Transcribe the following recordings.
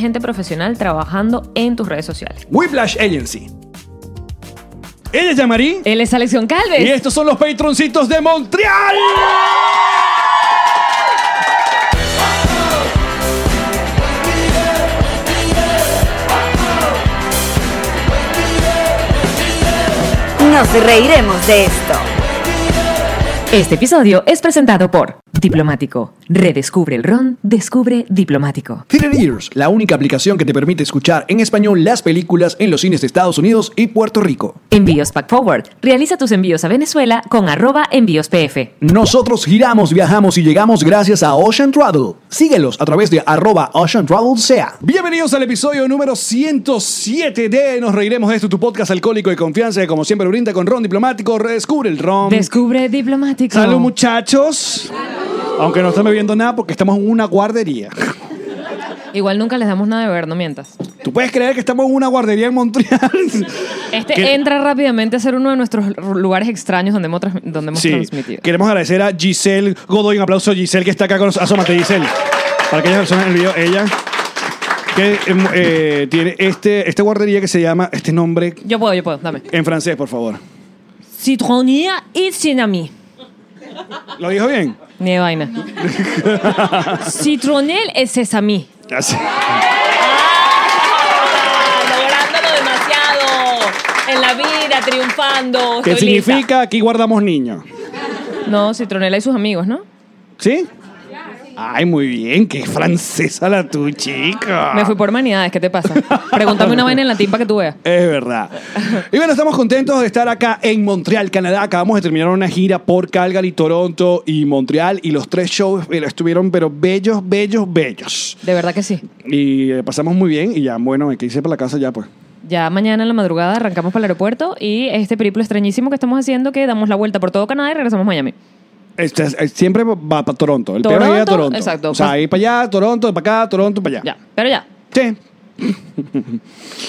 gente profesional trabajando en tus redes sociales. Whiplash Agency. Ella es Yamari Él es Alex y Calves. estos son los patroncitos de Montreal. Nos reiremos de esto. Este episodio es presentado por Diplomático. Redescubre el ron, descubre Diplomático. Theater Ears, la única aplicación que te permite escuchar en español las películas en los cines de Estados Unidos y Puerto Rico. Envíos Pack Forward. Realiza tus envíos a Venezuela con arroba envíos PF. Nosotros giramos, viajamos y llegamos gracias a Ocean Travel. Síguelos a través de arroba Ocean Travel sea. Bienvenidos al episodio número 107 de Nos Reiremos de esto, tu podcast alcohólico de confianza que como siempre brinda con Ron Diplomático. Redescubre el Ron. Descubre Diplomático. Salud muchachos. Aunque no están bebiendo nada porque estamos en una guardería. Igual nunca les damos nada de beber, no mientas. ¿Tú puedes creer que estamos en una guardería en Montreal? Este Que- entra rápidamente a ser uno de nuestros r- lugares extraños donde hemos, trans- donde hemos Sí. transmitido. Queremos agradecer a Giselle Godoy. Un aplauso a Giselle que está acá con nosotros. Asómate, Giselle. Para aquellas personas en el video, ella que em, eh, tiene este, esta guardería que se llama, este nombre Yo puedo, yo puedo, dame. en francés, por favor. Citronía y tsunami. ¿Lo dijo bien? Ni de vaina. Citronel es sesamí. Así. Lográndolo demasiado. En la vida, triunfando. Que significa aquí guardamos niños. No, Citronela y sus amigos, ¿no? ¿Sí? Ay, muy bien, que francesa la tu chica. Me fui por humanidades, ¿qué te pasa? Pregúntame una vaina en la timpa que tú veas. Es verdad. Y bueno, estamos contentos de estar acá en Montreal, Canadá. Acabamos de terminar una gira por Calgary, Toronto y Montreal. Y los tres shows eh, estuvieron, pero bellos, bellos, bellos. De verdad que sí. Y eh, pasamos muy bien. Y ya, bueno, me quise para la casa ya, pues. Ya mañana en la madrugada arrancamos para el aeropuerto y este periplo extrañísimo que estamos haciendo que damos la vuelta por todo Canadá y regresamos a Miami. Este es- eh, siempre va para Toronto. El peor Toronto, es ir a Toronto. exacto. O sea, Pas- ir para allá, Toronto, para acá, Toronto, para allá. Ya, pero ya. Sí.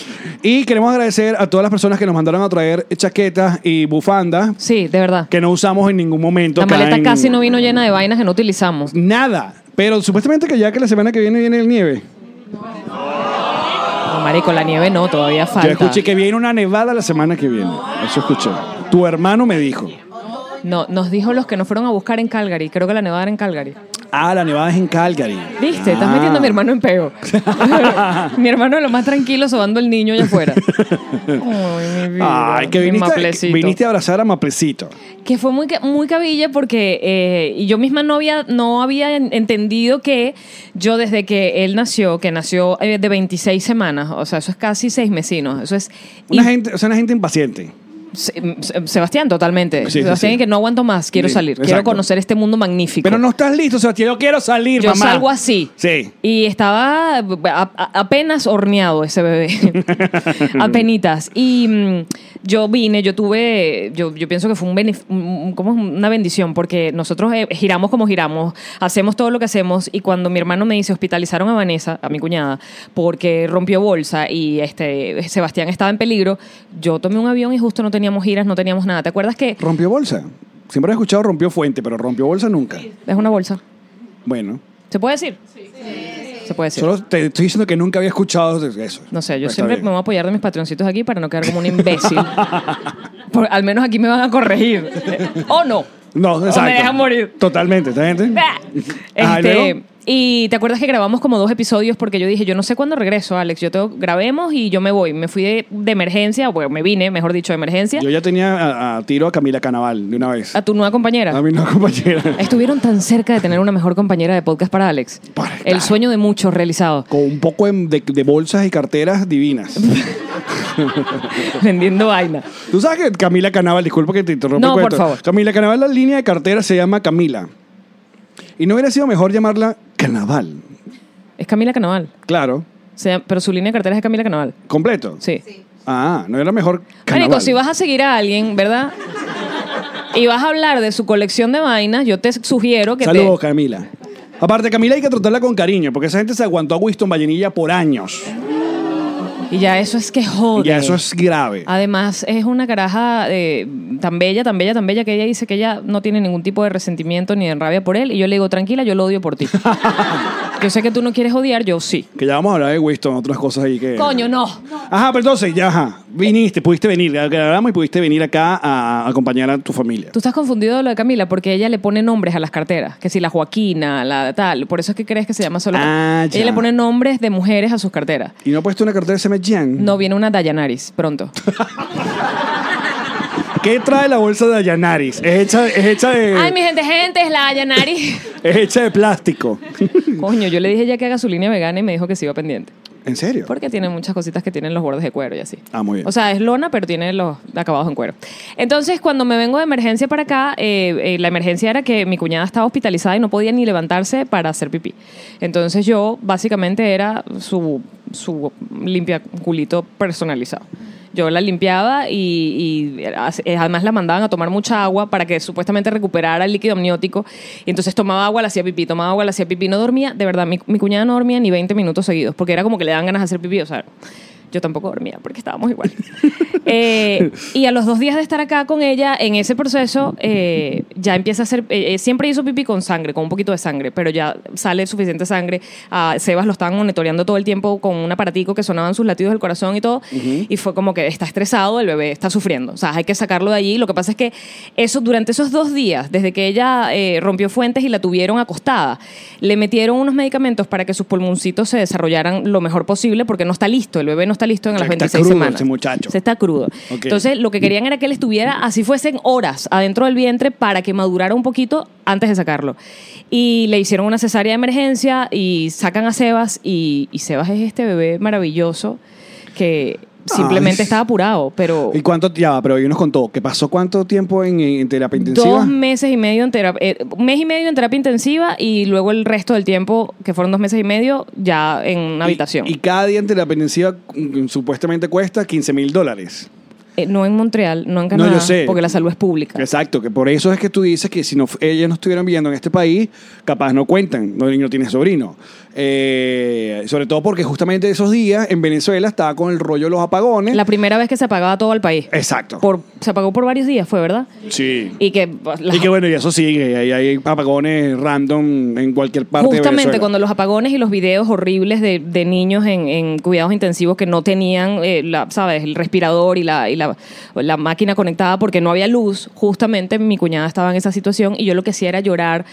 y queremos agradecer a todas las personas que nos mandaron a traer chaquetas y bufandas Sí, de verdad. que no usamos en ningún momento. La acá maleta en- Mm. casi no vino llena de vainas que no utilizamos. Nada. Pero supuestamente que ya que la semana que viene viene el nieve. No, marico, la nieve no, todavía falta. Yo escuché que viene una nevada la semana que viene. Eso escuché. Tu hermano me dijo. No, nos dijo los que nos fueron a buscar en Calgary. Creo que la nevada era en Calgary. Ah, la nevada es en Calgary. ¿Viste? Estás Ah. metiendo a mi hermano en peo. mi hermano lo más tranquilo sobando el niño allá afuera. Ay, mi vida. Ay, que mi viniste, maplecito. viniste a abrazar a Maplecito. Que fue muy, ca- muy cabilla porque eh, y yo misma no había, no había en- entendido que yo desde que él nació, que nació eh, de 26 semanas, o sea, eso es casi seis mesinos, eso es... Una in- gente, o sea, una gente impaciente. Se- Se- Sebastián, totalmente. Sí, sí, Sebastián, sí. que no aguanto más, quiero Sí, salir, quiero exacto. conocer este mundo magnífico. Pero no estás listo, Sebastián. Yo quiero salir, Yo mamá. salgo así. Sí. Y estaba a- a- apenas horneado ese bebé. Apenitas. Y mm, yo vine, yo tuve, yo, yo pienso que fue un benef- un- como una bendición, porque nosotros eh, giramos como giramos, hacemos todo lo que hacemos. Y cuando mi hermano me dice, hospitalizaron a Vanessa, a mi cuñada, porque rompió bolsa y este Sebastián estaba en peligro, yo tomé un avión y justo no teníamos giras, no teníamos nada. ¿Te acuerdas que Rompió bolsa. Siempre he escuchado rompió fuente, pero rompió bolsa nunca. es una bolsa? Bueno, ¿Se puede decir? Sí. Se puede decir. solo te estoy diciendo que nunca había escuchado de eso. No sé, Pero yo Pues está siempre bien. me voy a apoyar de mis patroncitos aquí para no quedar como un imbécil. Por- al menos aquí me van a corregir. o no. No, O exacto. me dejan morir. Ah. Totalmente, esta gente. Bah. Ajá, ¿y Este, luego? Y te acuerdas que grabamos como dos episodios porque yo dije, yo no sé cuándo regreso, Alex. Yo tengo, grabemos y yo me voy. Me fui de, de emergencia, bueno, me vine, mejor dicho, de emergencia, Yo ya tenía a, a tiro a Camila Canaval de una vez. a tu nueva compañera. A mi no compañera. Estuvieron tan cerca de tener una mejor compañera de podcast para Alex. Para- El sueño de muchos realizado. Con un poco de, de- de bolsas y carteras divinas. Vendiendo vaina. Tú sabes que Camila Canaval, disculpa que te interrumpa. No, el por cuento. favor. Camila Canaval, la línea de cartera se llama Camila. Y no hubiera sido mejor llamarla Canaval. Es Camila Canaval. Claro, O sea, pero su línea de cartera es de Camila Canaval. completo. Sí. Ah, no era mejor Canaval. Marico, si vas a seguir a alguien, ¿verdad? Y vas a hablar de su colección de vainas, yo te sugiero que Saludos, te... Camila. Aparte, Camila hay que tratarla con cariño, porque esa gente se aguantó a Winston Vallenilla por años. Y ya eso es que Y jode. ya eso es grave. Ah. Además, es una caraja eh, tan bella, tan bella, tan bella, que ella dice que ella no tiene ningún tipo de resentimiento ni de rabia por él. Y yo le digo, tranquila, yo lo odio por ti. yo sé que tú no quieres odiar, yo sí. Que ya vamos a hablar de Winston, otras cosas ahí que. Coño, no. Ajá, pero entonces, ya, ajá. Viniste, pudiste venir, grabamos y pudiste venir acá a acompañar a tu familia. Tú estás confundido de lo de Camila porque ella le pone nombres a las carteras. Que si la Joaquina, la tal. Por eso es que crees que se llama solo. Ah, ya. ella le pone nombres de mujeres a sus carteras. ¿Y no ha puesto una cartera que se llama Jan? No, viene una Dayanaris pronto. ¿Qué trae la bolsa de Allanaris? Es hecha, es hecha de. Ay, mi gente, gente, es la Dayanaris. Es hecha de plástico. Coño, yo le dije ya que haga su línea vegana y me dijo que se iba pendiente. ¿En serio? Porque tiene muchas cositas que tienen los bordes de cuero y así. Ah, muy bien. O sea, es lona, pero tiene los acabados en cuero. Entonces, cuando me vengo de emergencia para acá, eh, eh, la emergencia era que mi cuñada estaba hospitalizada y no podía ni levantarse para hacer pipí. Entonces, yo básicamente era su, su limpia culito personalizado. Yo la limpiaba y, y as- eh, además la mandaban a tomar mucha agua para que supuestamente recuperara el líquido amniótico. Y entonces tomaba agua, la hacía pipí, tomaba agua, la hacía pipí. No dormía, de verdad, mi, mi cuñada no dormía ni 20 minutos seguidos, porque era como que le dan ganas de hacer pipí. O sea, yo tampoco dormía porque estábamos igual. Eh, y a los dos días de estar acá con ella, en ese proceso, eh, ya empieza a hacer. eh, eh, siempre hizo pipí con sangre, con un poquito de sangre, pero ya sale suficiente sangre. A Sebas lo estaban monitoreando todo el tiempo con un aparatico que sonaban sus latidos del corazón y todo. Y fue como que está estresado, el bebé está sufriendo. O sea, hay que sacarlo de allí. Lo que pasa es que eso, durante esos dos días, desde que ella eh, rompió fuentes y la tuvieron acostada, le metieron unos medicamentos para que sus pulmoncitos se desarrollaran lo mejor posible porque no está listo, el bebé no está listo en Está las 26 crudo semanas. ese muchacho. Se está crudo. Ok. Entonces, lo que querían era que él estuviera, así fuesen horas adentro del vientre para que madurara un poquito antes de sacarlo. Y le hicieron una cesárea de emergencia y sacan a Sebas y, y Sebas es este bebé maravilloso que simplemente Ay. estaba apurado, pero ¿Y cuánto? Ya, va, pero hoy nos contó que pasó cuánto tiempo en, en terapia intensiva. dos meses y medio en terapia, mes y medio en terapia intensiva y luego el resto del tiempo, que fueron dos meses y medio, ya en una habitación. Y, y cada día en terapia intensiva mm, supuestamente cuesta 15 mil dólares. Eh, no en Montreal, no en Canadá, yo sé. porque la salud es pública. Exacto, que por eso es que tú dices que si no, ellas no estuvieran viviendo en este país, capaz no cuentan, no, no tienes sobrino. Eh, sobre todo porque justamente esos días en Venezuela estaba con el rollo de los apagones. La primera vez que se apagaba todo el país. Exacto. Por, se apagó por varios días, fue, ¿verdad? sí. Y que, pues, la- Y que bueno, y eso sigue, hay, hay apagones random en cualquier parte de justamente Venezuela. cuando los apagones y los videos horribles de, de niños en, en cuidados intensivos que no tenían, eh, la, ¿sabes?, el respirador y, la, y la, la máquina conectada porque no había luz, justamente mi cuñada estaba en esa situación y yo lo que hacía era llorar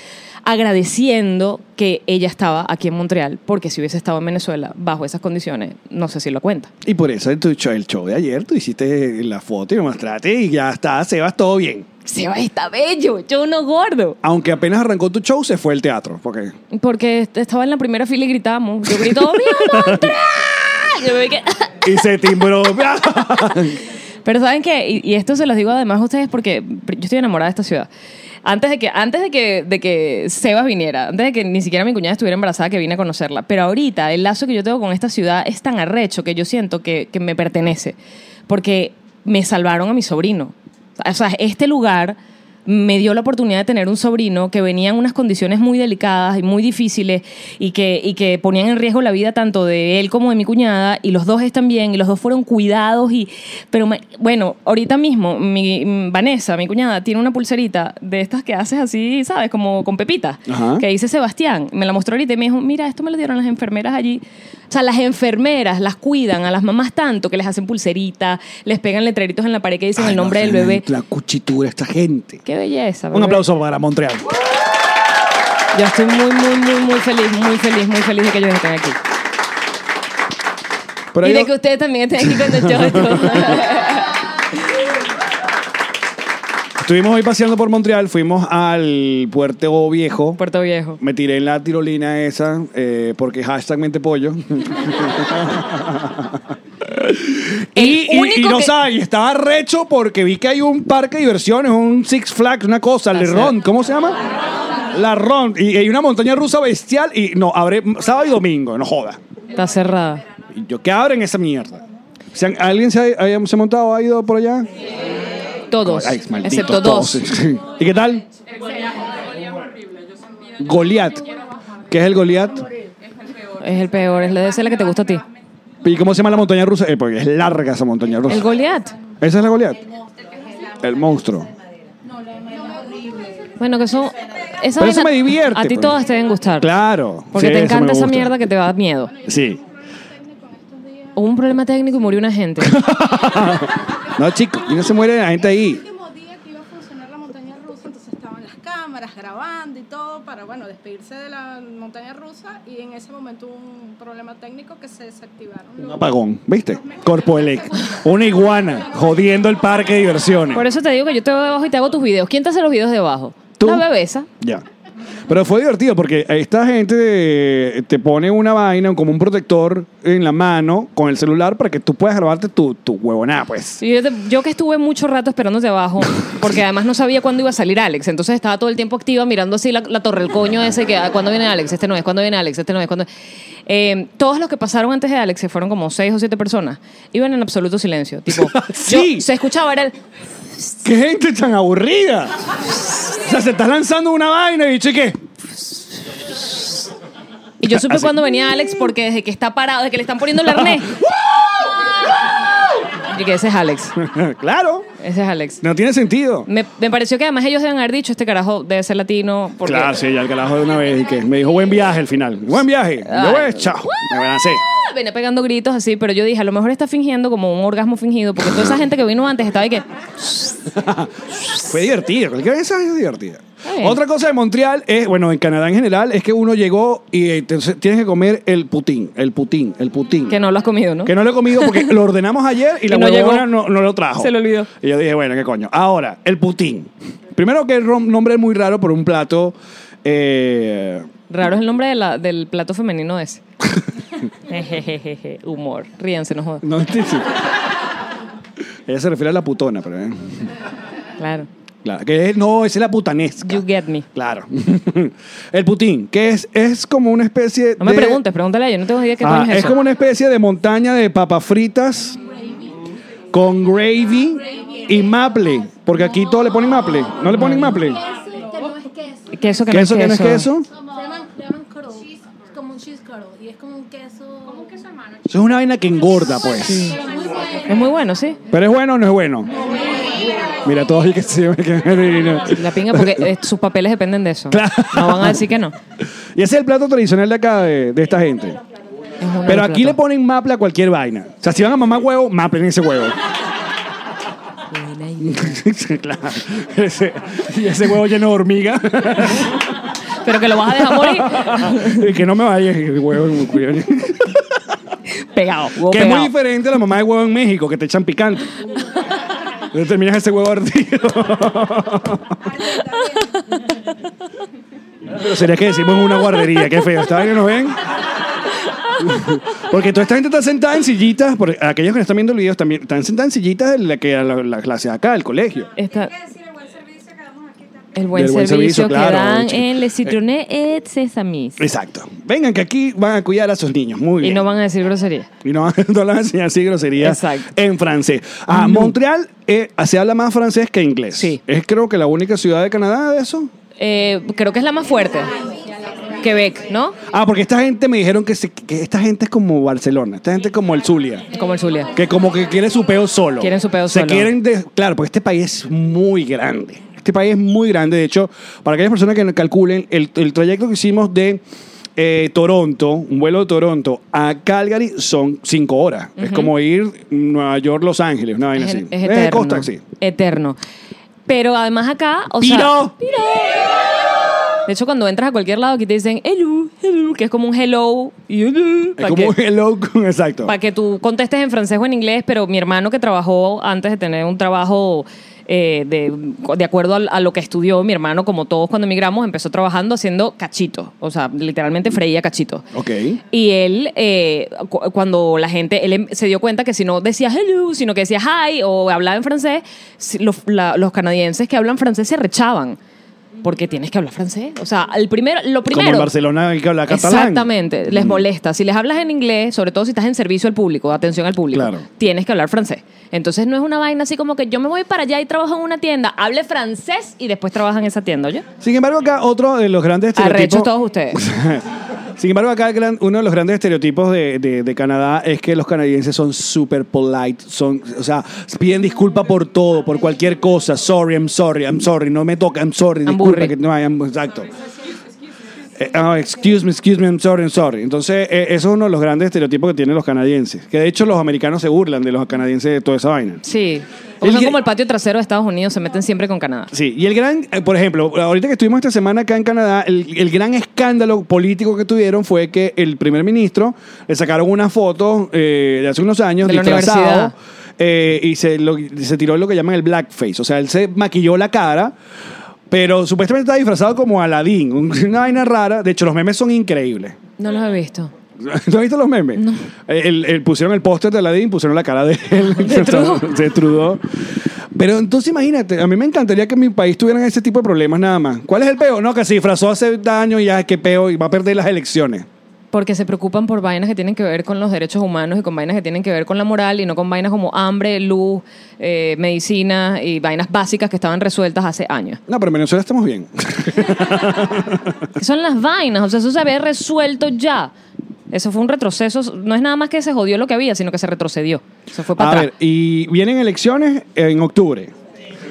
agradeciendo que ella estaba aquí en Montreal, porque si hubiese estado en Venezuela bajo esas condiciones, no sé si lo cuenta. Y por eso en tu show- el show de ayer tú hiciste la foto y me mostraste y ya está, Sebas, todo bien. Seba está bello, yo no gordo. Aunque apenas arrancó tu show, se fue al teatro. Porque Porque est- estaba en la primera fila y gritamos. Yo grito, ¡Viva Montreal! Yo me que- Y se timbró. Pero ¿saben qué? Y, y esto se los digo además a ustedes porque pr- yo estoy enamorada de esta ciudad. Antes de que, antes de que, de que Sebas viniera, antes de que ni siquiera mi cuñada estuviera embarazada que vine a conocerla. Pero ahorita el lazo que yo tengo con esta ciudad es tan arrecho que yo siento que, que me pertenece. Porque me salvaron a mi sobrino. O sea, este lugar me dio la oportunidad de tener un sobrino que venía en unas condiciones muy delicadas y muy difíciles y que, y que ponían en riesgo la vida tanto de él como de mi cuñada y los dos están bien y los dos fueron cuidados y pero ma- bueno ahorita mismo mi mm, Vanessa mi cuñada tiene una pulserita de estas que haces así sabes como con pepita Ajá. que dice Sebastián me la mostró ahorita y me dijo mira esto me lo dieron las enfermeras allí o sea las enfermeras las cuidan a las mamás tanto que les hacen pulseritas les pegan letreritos en la pared que dicen el nombre del bebé La cuchitura, esta gente. Qué belleza. Un bebé. aplauso para Montreal. Yo estoy muy, muy, muy, muy feliz, muy feliz, muy feliz de que ellos estén aquí. Pero y hay de o- que ustedes también estén aquí con nosotros. Estuvimos hoy paseando por Montreal, fuimos al Puerto Viejo. Puerto Viejo. Me tiré en la tirolina esa, eh, porque hashtag mente pollo. y, y- y único no que- sabe, y estaba recho porque vi que hay un parque de diversiones, un Six Flags, una cosa, Así el es. Ron, ¿cómo se llama? La Ron. Y hay una montaña rusa bestial y no, abre sábado y domingo, no joda. Está cerrada. Y yo, ¿qué abren esa mierda? ¿Se han- ¿Alguien se ha, haya- se ha montado, ha ido por allá? Todos. Ay, maldito, excepto dos. todos. este. ¿Y qué tal? Goliat. ¿Qué es el Goliat? Es el peor. Es la de la que te gusta a ti. ¿Y cómo se llama la montaña rusa? Eh, porque es larga esa montaña rusa. El Goliat. ¿Esa es la Goliat? El monstruo. Bueno, que son. Esa Pero eso vaina- me divierte, A ti pues. todas te deben gustar. Claro. Porque Sí, te eso me encanta esa gusta. mierda que te da miedo. Sí. Hubo un problema técnico y murió una gente. No, chico, y no se muere la gente ahí. El último día que iba a funcionar la montaña rusa, entonces estaban las cámaras grabando y todo para, bueno, despedirse de la montaña rusa y en ese momento hubo un problema técnico que se desactivaron. Un los- apagón, ¿viste? Corpo Elec. Una iguana jodiendo el parque de diversiones. Por eso te digo que yo te veo debajo y te hago tus videos. ¿Quién te hace los videos debajo? ¿Tú? La bebesa. Ya. Pero fue divertido porque esta gente eh, te pone una vaina como un protector en la mano con el celular para que tú puedas grabarte tu, tu huevonada, pues. Sí, Yo, te- yo que estuve mucho rato esperándote abajo, porque además no sabía cuándo iba a salir Alex, entonces estaba todo el tiempo activa mirando así la, la torre, el coño ese que, ah, ¿cuándo viene Alex? Este no es, ¿cuándo viene Alex? Este no es, ¿cuándo? Eh, todos los que pasaron antes de Alex, que fueron como seis o siete personas, iban en absoluto silencio. Tipo, Sí. yo- se escuchaba, era el... ¡Qué gente tan aburrida! O sea, se está lanzando una vaina y dicho, ¿y qué? Y yo supe Así. cuándo venía Alex porque desde que está parado, desde que le están poniendo el arnés... y que ese es Alex, claro, ese es Alex. no tiene sentido. Me, me pareció que además ellos deben haber dicho, este carajo debe ser latino. Porque Claro, sí, ya el carajo de una vez y que me dijo buen viaje al final. Buen viaje. Yo Ay. ves, chao. Me abracé. ¡Ah! Venía pegando gritos así, pero yo dije, a lo mejor está fingiendo como un orgasmo fingido, porque toda esa gente que vino antes estaba ahí que. Fue divertido, cualquier vez es divertida. bien. Otra cosa de Montreal es, bueno, en Canadá en general, es que uno llegó y eh, te- tienes que comer el putín, el putín, el putín. Que no lo has comido, ¿no? Que no lo he comido porque lo ordenamos ayer y la Y no llegó. huevona no, no lo trajo. Se le olvidó. Y yo dije, bueno, ¿qué coño? Ahora, el putín. Primero que el rom- nombre es muy raro por un plato. eh, Raro es el nombre de la- del plato femenino ese. Jejejeje, Humor. Ríanse, no jodan. no entiendo. Ella se refiere a la putona, pero. eh, Claro. Claro, que es- no, esa es la putanesca. You get me. Claro. el putín, que es, es como una especie No me de- preguntes, pregúntale a ella. No tengo idea qué Ah, coño es es eso. como una especie de montaña de papas fritas con gravy y maple. Porque aquí todo le ponen maple. ¿No le ponen maple? Queso Queso que no es queso. que ¿Queso no que no es es queso. queso? Como, le llaman, le llaman curl. Es como un cheese curl. Y es como un queso. Como un queso hermano. Eso es una vaina que engorda, pues. Pero muy Es bueno. muy bueno, sí. ¿Pero es bueno o no es bueno? Mira, todo el que se que- La pinga, porque eh, sus papeles dependen de eso. Claro. No van a decir que no. Y ese es el plato tradicional de acá, de, de esta gente. Es uno de Pero los aquí le platos. ponen maple a cualquier vaina. O sea, si van a mamar huevo, maple en ese huevo. claro. Ese- y ese huevo lleno de hormiga. Pero que lo vas a dejar morir Y que no me vayas, que el huevo es muy curioso. pegado. huevo Que es muy pegado. diferente a la mamá de huevo en México, que te echan picante. Entonces terminas ese huevo ardido. Pero sería que decimos en una guardería, qué feo. ¿Está bien? ¿Nos ven? Porque toda esta gente está sentada en sillitas, por, aquellos que no están viendo el video también están sentadas en sillitas en la que la, la clase acá, el colegio. Está- el Del buen servicio, que claro, dan chico. en Les Citroën et Sesamis. Exacto. Vengan que aquí van a cuidar a sus niños. Muy bien. Y no van a decir grosería. Y no, no le van a enseñar así grosería Exacto. Mm. en francés. Ah, Montreal eh, se habla más francés que inglés. Sí. Es creo que la única ciudad de Canadá de eso. Eh, creo que es la más fuerte. Quebec, ¿no? Ah, porque esta gente me dijeron que, se- que esta gente es como Barcelona, esta gente es como el Zulia. Como el Zulia. Que como que quiere su peo solo. Quieren su peo Se solo. quieren de- claro, porque este país es muy grande. Este país es muy grande. De hecho, para aquellas personas que no calculen, el, el trayecto que hicimos de eh, Toronto, un vuelo de Toronto a Calgary son cinco horas. Es como ir Nueva York, Los Ángeles, una vaina Es, así. Eh, es eterno. costa, sí. Eterno. Pero además acá, o sea, Piro. De hecho, cuando entras a cualquier lado, aquí te dicen hello, hello, que es como un hello. y hello, Es para como un que, hello, con- exacto. para que tú contestes en francés o en inglés, pero mi hermano que trabajó antes de tener un trabajo eh, de, de acuerdo al- a, lo que estudió, mi hermano, como todos cuando emigramos, empezó trabajando haciendo cachitos. O sea, Mm. literalmente freía cachitos. Ok. Y él, eh, cu- cuando la gente, él em- se dio cuenta que si no decía hello, sino que decía hi o hablaba en francés, si- los, la- los canadienses que hablan francés se rechaban. Porque tienes que hablar francés. O sea, el primero, lo primero. Como en Barcelona que habla catalán. Mm. Exactamente, les molesta. Si les hablas en inglés, sobre todo si estás en servicio al público, atención al público, Claro. tienes que hablar francés. Entonces no es una vaina así como que yo me voy para allá y trabajo en una tienda, hable francés y después trabaja en esa tienda, ¿oye? Sin embargo, acá otro de los grandes Arrechos estereotipos... todos ustedes. Sin embargo, acá el gran- uno de los grandes estereotipos de, de- de Canadá es que los canadienses son súper polite, son, o sea, piden disculpa por todo, por cualquier cosa. Sorry, I'm sorry, I'm sorry, no me toca, I'm sorry, I'm disculpa burry. que no hay, I'm- exacto. Eh, ah, excuse me, excuse me, I'm sorry, I'm sorry. Entonces, eh, eso es uno de los grandes estereotipos que tienen los canadienses. Que de hecho los americanos se burlan de los canadienses de toda esa vaina. Sí. El Como son gre- como el patio trasero de Estados Unidos, se meten siempre con Canadá. Sí, y el gran, eh, por ejemplo, ahorita que estuvimos esta semana acá en Canadá, el, el gran escándalo político que tuvieron fue que el primer ministro le sacaron una foto eh, de hace unos años De la disfrazado universidad. eh, y se, lo- se tiró lo que llaman el blackface, o sea, él se maquilló la cara. Pero supuestamente estaba disfrazado como Aladín, una vaina rara. De hecho, los memes son increíbles. No los he visto. ¿No has visto los memes? Eh, el- el- pusieron el póster de Aladdin, pusieron la cara de él. De Trudeau. De Trudeau. Pero entonces imagínate, a mí me encantaría que en mi país tuvieran ese tipo de problemas nada más. ¿Cuál es el peo? No, que se disfrazó hace daño y ya, qué peo, y va a perder las elecciones. Porque se preocupan por vainas que tienen que ver con los derechos humanos y con vainas que tienen que ver con la moral y no con vainas como hambre, luz, eh, medicina y vainas básicas que estaban resueltas hace años. No, pero en Venezuela estamos bien. ¿Qué son las vainas? O sea, eso se había resuelto ya. Eso fue un retroceso. No es nada más que se jodió lo que había, sino que se retrocedió. Se fue para a atrás. ver, y vienen elecciones en octubre.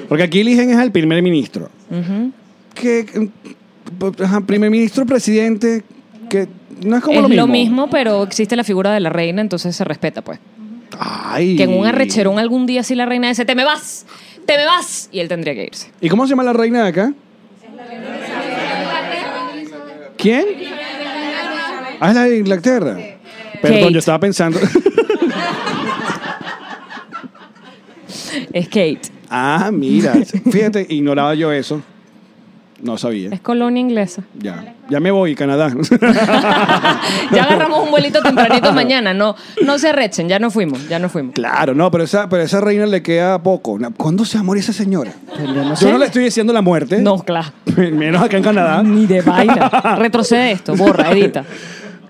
Porque aquí eligen es al primer ministro. Que, eh, ajá, primer ministro, presidente, que no es como es lo mismo. pero existe la figura de la reina, entonces se respeta, pues. Ay. Que en un arrecherón algún día si la reina dice, te me vas, te me vas, y él tendría que irse. ¿Y cómo se llama la reina de acá? ¿Quién? Ah, es la de Inglaterra. Perdón, Kate. yo estaba pensando. Es Kate. ah, mira. Fíjate, ignoraba yo eso. No sabía. Es colonia inglesa. Ya. Ya me voy, Canadá. ya agarramos un vuelito tempranito mañana. No, no se arrechen, ya no fuimos, ya no fuimos. claro, no, pero esa, pero esa reina le queda poco. Na- ¿Cuándo se va a morir esa señora? yo no Yo no le estoy diciendo la muerte. No, claro. Menos acá en Canadá. Ni de vaina. Retrocede esto, borra, edita.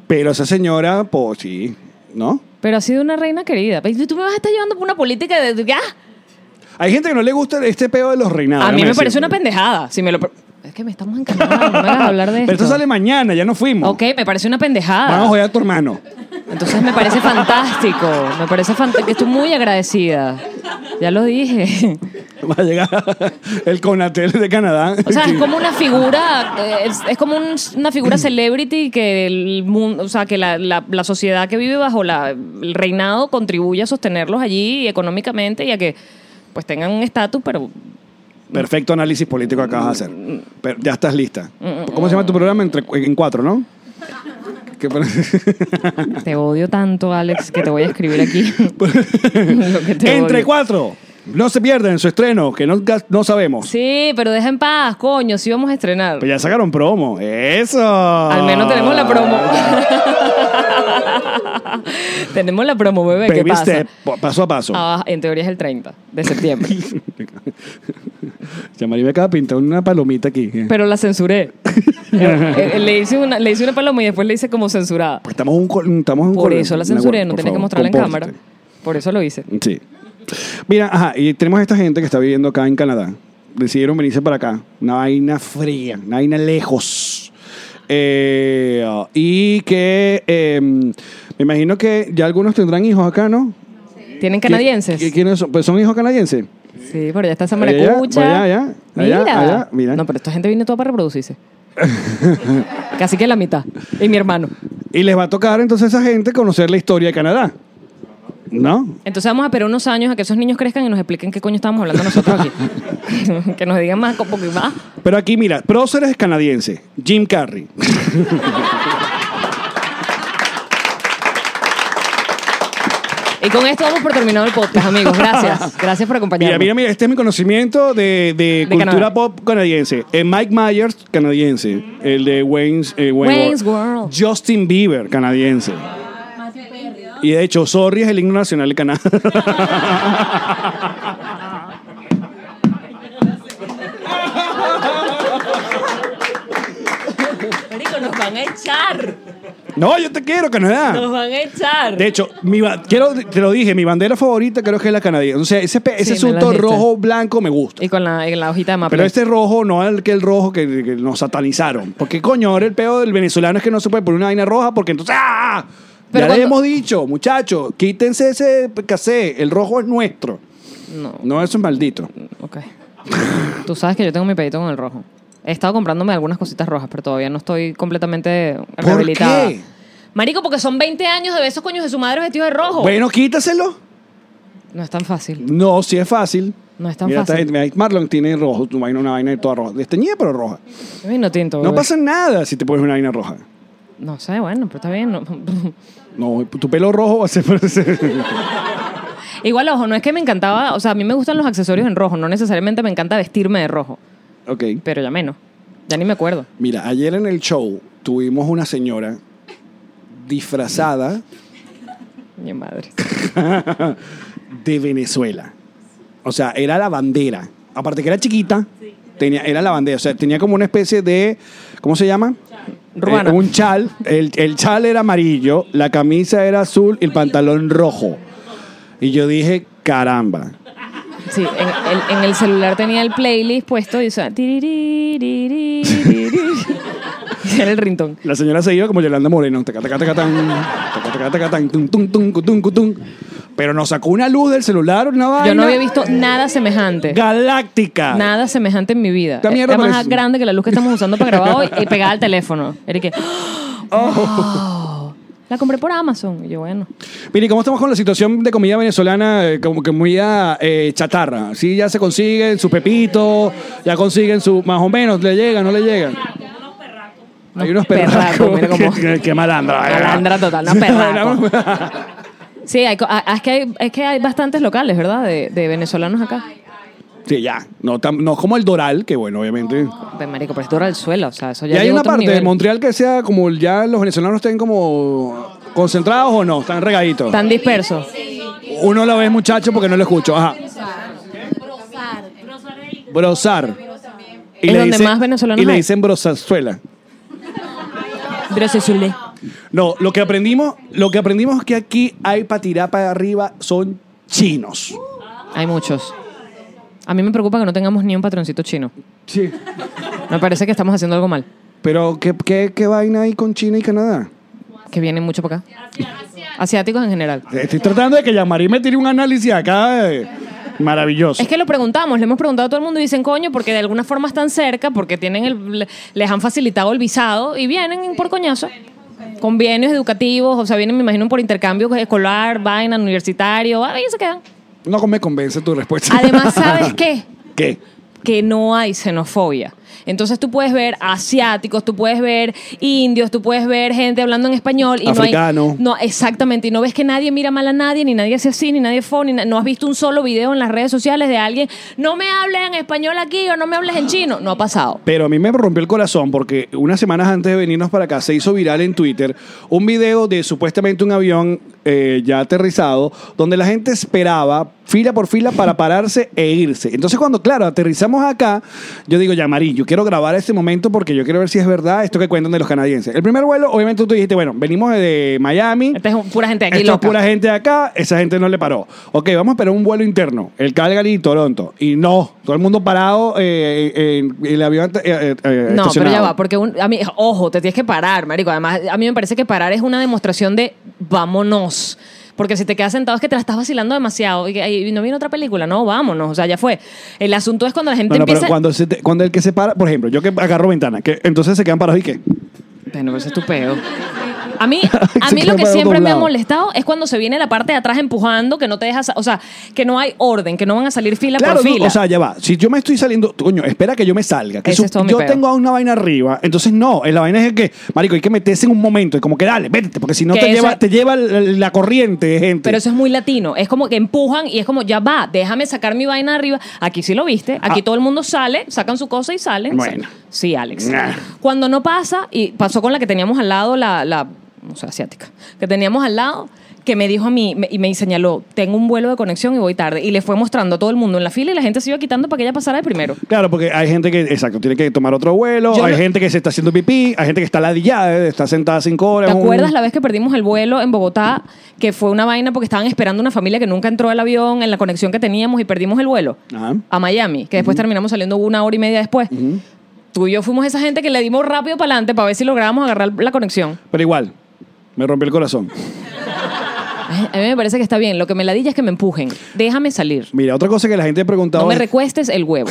Pero esa señora, pues sí, ¿no? Pero ha sido una reina querida. Pero Tú me vas a estar llevando por una política de... ¡Ah! Hay gente que no le gusta este peo de los reinados. A mí me déjame parece una decirte. pendejada. Si me lo... pre- Es que me estamos encarnando, no me hagas hablar de esto. Pero esto sale mañana, ya no fuimos. Ok, me parece una pendejada. Vamos a joder a tu hermano. Entonces me parece fantástico. Me parece fantástico. Estoy muy agradecida. Ya lo dije. Va a llegar el Conatel de Canadá. O sea, es como una figura, eh, es, es como un- una figura celebrity que el mundo, o sea, que la, la- la sociedad que vive bajo la, el reinado contribuye a sostenerlos allí económicamente y a que pues tengan un estatus, pero Perfecto análisis político acabas de hacer. Pero ya estás lista. Mm, ¿Cómo se llama tu programa? Entre- en cuatro, ¿no? Que por- te odio tanto, Alex, que te voy a escribir aquí. Lo que te Entre odio. cuatro. No se pierdan su estreno, que no, no sabemos. Sí, pero deja en paz, coño, sí vamos a estrenar. Pero ya sacaron promo. Eso. Al Al menos tenemos la promo. tenemos la promo, bebé, ¿qué Baby pasa? step, po- paso a paso. Ah, en teoría es el 30 de septiembre. Ya María me acaba de pintar una palomita aquí. Pero la censuré. Eh, eh, le, hice una, le hice una paloma y después le hice como censurada. Pues estamos, un, col- estamos en Por col- eso la una- censuré, no por tenía que favor, mostrarla en compórtate. cámara. Por eso lo hice. Sí. Mira, ajá, y tenemos esta gente que está viviendo acá en Canadá. Decidieron venirse para acá. Una vaina fría, una vaina lejos. Eh, y que eh, me imagino que ya algunos tendrán hijos acá, ¿no? ¿Tienen canadienses? ¿Qui- ¿Quiénes son? Pues son hijos canadienses. Sí, por allá está esa Allá, allá, maracucha. allá, allá, allá, mira. No, pero esta gente viene toda para reproducirse. Casi que la mitad. Y mi hermano. Y les va a tocar entonces a esa gente conocer la historia de Canadá. ¿No? Entonces vamos a esperar unos años a que esos niños crezcan y nos expliquen qué coño estábamos hablando nosotros aquí. que nos digan más, como que va. Pero aquí, mira, prócer es canadiense. Jim Carrey. Y con esto vamos por terminado el podcast, amigos. Gracias. Gracias por acompañarnos. Mira, mira, mira, este es mi conocimiento de, de De cultura Canadá. pop canadiense. Eh, Mike Myers, canadiense. El de Wayne's, eh, Mm. Wayne's World. Justin Bieber, canadiense. Matthew Perry. Y de hecho, Sorry es el himno nacional de Canadá. Marico, nos van a echar. no, yo te quiero, Canadá. Nos van a echar. De hecho, mi ba- quiero, te lo dije, mi bandera favorita creo que es la canadiense. O sea, ese, pe- ese Sí, me lo asunto dijiste. rojo, blanco me gusta. y con la, y la hojita de mapa. Pero este rojo no es el que el rojo que, que nos satanizaron. Porque coño, ahora el peo del venezolano es que no se puede poner una vaina roja porque entonces ¡ah! Pero ya le cuando- hemos dicho, muchachos, quítense ese casé, el rojo es nuestro. No, No, eso es maldito. ok. Tú sabes que yo tengo mi pedito con el rojo. He estado comprándome algunas cositas rojas, pero todavía no estoy completamente rehabilitada. qué? Marico, porque son 20 años de ver esos coños de su madre vestidos de rojo. Bueno, quítaselo. No es tan fácil. No, sí es fácil. No es tan Mira, fácil. esta- mira, Marlon tiene rojo, tu vaina, una vaina toda roja. Desteñida, pero roja. Ay, no tinto. No bebé. pasa nada si te pones una vaina roja. No sé, bueno, pero está bien. no. No, tu pelo rojo va a ser. Igual, ojo, no es que me encantaba. O sea, a mí me gustan los accesorios en rojo. No necesariamente me encanta vestirme de rojo, ok. pero ya menos. Ya ni me acuerdo. Mira, ayer en el show tuvimos una señora disfrazada Mi madre. de Venezuela. O sea, era la bandera. Aparte que era chiquita, tenía, era la bandera. O sea, tenía como una especie de. ¿Cómo se llama? Ruana. Eh, un chal. El, el chal era amarillo, la camisa era azul y el pantalón rojo. Y yo dije, caramba. Sí, en, en- en el celular tenía el playlist puesto y usaba. Era el rintón. La señora se iba como Yolanda Moreno. taca, taca, taca, tan, taca, taca, taca, tan, tum, tum, tum, cutum, cutum. Pero nos sacó una luz del celular, una vaina. Yo no había visto nada semejante. Galáctica. Nada semejante en mi vida. Esta mierda Era más parece- grande que la luz que estamos usando para grabar hoy y pegada al teléfono. Era que. Oh. "Wow, La compré por Amazon. Y yo, bueno. Mire, ¿cómo estamos con la situación de comida venezolana? eh, Como que muy eh, chatarra. Sí, ya se consiguen su pepito, ya consiguen su. Más o menos, le llega, no le llega. Hay unos perracos. perracos, mira cómo- Qué, qué- qué malandra. ¿verdad? Malandra total, unos perracos. Sí, hay co- ah, ah, es, que hay, es que hay bastantes locales, ¿verdad? De, de venezolanos acá. sí, ya. No, tan- no como el Doral, que bueno, obviamente. Pues, marico, pero esto era el suelo. O sea, eso ya y hay llegó a una otro parte de nivel. Montreal que sea como ya los venezolanos estén como concentrados o no, están regaditos. Tan disperso. Uno la ve, muchacho, porque no lo escucho. Ajá. Brozar. Brosar. Y Es le donde dicen- más venezolanos Y le hay. dicen brosazuela. Pero se suele. No, lo que aprendimos, lo que aprendimos es que aquí hay para tirar para arriba son chinos. Hay muchos. A mí me preocupa que no tengamos ni un patroncito chino. Sí. Me parece que estamos haciendo algo mal. Pero ¿qué, qué, qué vaina hay con China y Canadá? Que vienen mucho para acá. Asiáticos en general. Estoy tratando de que Yamari me tire un análisis acá eh, maravilloso. Es que lo preguntamos, le hemos preguntado a todo el mundo y dicen, coño, porque de alguna forma están cerca, porque tienen el, le- les han facilitado el visado y vienen por coñazo. Convenios educativos, o sea, vienen, me imagino, por intercambio escolar, vaina, universitario, ahí se quedan. No me convence tu respuesta. Además, ¿sabes qué? ¿Qué? que no hay xenofobia. Entonces tú puedes ver asiáticos, tú puedes ver indios, tú puedes ver gente hablando en español y Africano. no hay no exactamente y no ves que nadie mira mal a nadie ni nadie hace así ni nadie fue ni na- no has visto un solo video en las redes sociales de alguien no me hables en español aquí o no me hables en chino no ha pasado. Pero a mí me rompió el corazón porque unas semanas antes de venirnos para acá se hizo viral en Twitter un video de supuestamente un avión eh, ya aterrizado donde la gente esperaba fila por fila para pararse e irse. Entonces cuando, claro, aterrizamos acá, yo digo, ya Marí, yo quiero grabar este momento porque yo quiero ver si es verdad esto que cuentan de los canadienses. El primer vuelo, obviamente tú dijiste, bueno, venimos de Miami. Esta Este es un- pura gente de aquí Esto es loca. pura gente de acá, esa gente no le paró. Ok, vamos a esperar un vuelo interno, el Calgary y Toronto. Y no, todo el mundo parado, eh, eh, eh, el avión eh, eh, No, eh, pero ya estacionado. va, porque un- a mí, ojo, te tienes que parar, marico. Además, a mí me parece que parar es una demostración de vámonos. Porque si te quedas sentado es que te la estás vacilando demasiado y, que- y no viene otra película, no, vámonos, o sea, ya fue. El asunto es cuando la gente No, no, empieza... pero cuando, se te- cuando el que se para, por ejemplo, yo que agarro ventana, que entonces se quedan parados y qué. Bueno, pero ese es tu peo. A mí, a Se mí lo queda que para siempre otro me ha lado. molestado es cuando se viene la parte de atrás empujando, que no te deja, sa- o sea, que no hay orden, que no van a salir fila Claro, por no, fila. o sea, ya va. Si yo me estoy saliendo, coño, espera que yo me salga. Que Ese su- es todo mi yo peo. tengo aún una vaina arriba. Entonces, no, eh, la vaina es que, marico, hay que meterse en un momento. Y como que dale, vete, porque si no Que te eso- lleva, te lleva la, la corriente de gente. Pero eso es muy latino. Es como que empujan y es como, ya va, déjame sacar mi vaina de arriba. Aquí sí lo viste. Aquí Ah. todo el mundo sale, sacan su cosa y salen. Bueno. Sí, Alex. Nah. Cuando no pasa, y pasó con la que teníamos al lado, la, la no sé, asiática, que teníamos al lado, que me dijo a mí me- y me señaló, tengo un vuelo de conexión y voy tarde. Y le fue mostrando a todo el mundo en la fila y la gente se iba quitando para que ella pasara de primero. Claro, porque hay gente que, exacto, tiene que tomar otro vuelo, Yo hay no- gente que se está haciendo pipí, hay gente que está ladillada, eh, está sentada cinco horas. ¿Te en un- acuerdas la vez que perdimos el vuelo en Bogotá? Que fue una vaina porque estaban esperando una familia que nunca entró al avión en la conexión que teníamos y perdimos el vuelo Ajá. a Miami, que después terminamos saliendo una hora y media después. Tú y yo fuimos esa gente que le dimos rápido para adelante para ver si lográbamos agarrar la conexión. Pero igual, me rompió el corazón. Ay, A mí me parece que está bien. Lo que me ladilla es que me empujen. Déjame salir. Mira, otra cosa que la gente ha preguntado. No me es- recuestes el huevo.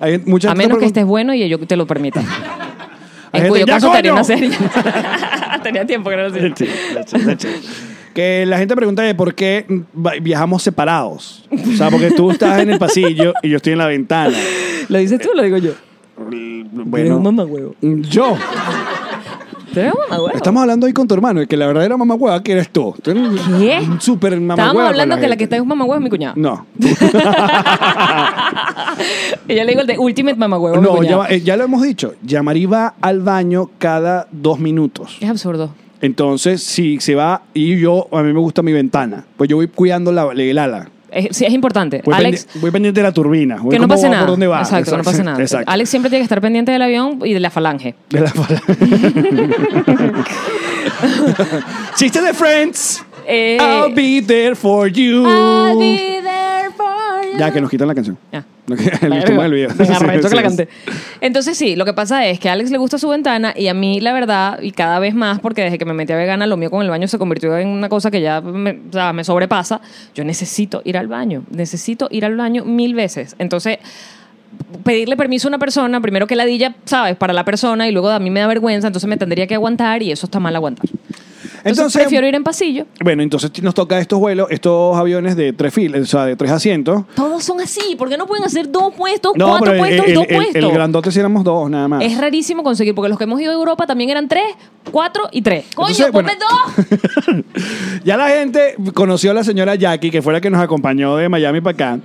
hay mucha A gente menos que pregun- estés bueno y yo te lo permita. Hay En gente- cuyo ¡Ya, caso estaría coño! una serie. tenía tiempo que no lo hacía. Sí, sí, sí. Que la gente pregunta de por qué va- viajamos separados. O sea, porque tú estás en el pasillo y yo estoy en la ventana. ¿Lo dices tú o lo digo yo? Bueno, huevo. yo. Estamos hablando hoy con tu hermano, y que la verdadera mamá hueva que eres tú. Tú eres un- ¿Qué? Un super mamá Estábamos hablando que la que está en mamagüevo es mi cuñada. No. Y yo le digo el de Ultimate mamagüevo. a mi No, ya, cuñado. va- eh, ya lo hemos dicho. Yamari va al baño cada dos minutos. Es absurdo. Entonces, si se va y yo, a mí me gusta mi ventana, pues yo voy cuidando la, el ala. Es, Eh, sí, es importante. Voy, Alex, pendi- voy pendiente de la turbina. voy que no cómo pase va, nada. Por dónde va. Exacto, que no pase nada. Exacto. Alex siempre tiene que estar pendiente del avión y de la falange. De la pala- Chiste de Friends. Eh, I'll be there for you. I'll be there for you. Ya, que nos quitan la canción. Ya. No, que- el tema del video. Me arrecho Sí, que la sí. canté. Entonces sí, lo que pasa es que a Alex le gusta su ventana y a mí la verdad, y cada vez más, porque desde que me metí a vegana, lo mío con el baño se convirtió en una cosa que ya me, o sea, me sobrepasa. Yo necesito ir al baño, necesito ir al baño mil veces. Entonces, pedirle permiso a una persona, primero que la dilla, ¿sabes? Para la persona y luego a mí me da vergüenza, entonces me tendría que aguantar y eso está mal aguantar. Entonces, Entonces, prefiero ir en pasillo. bueno, entonces nos toca estos vuelos, estos aviones de tres filas, o sea, de tres asientos. Todos son así, ¿por qué no pueden hacer dos puestos, No, cuatro pero el, puestos, el- dos el- puestos? el grandote si éramos dos, nada más. Es rarísimo conseguir, porque los que hemos ido a Europa también eran tres, cuatro y tres. Coño, Entonces, bueno, ponme dos. ya la gente conoció a la señora Jackie, que fue la que nos acompañó de Miami para acá.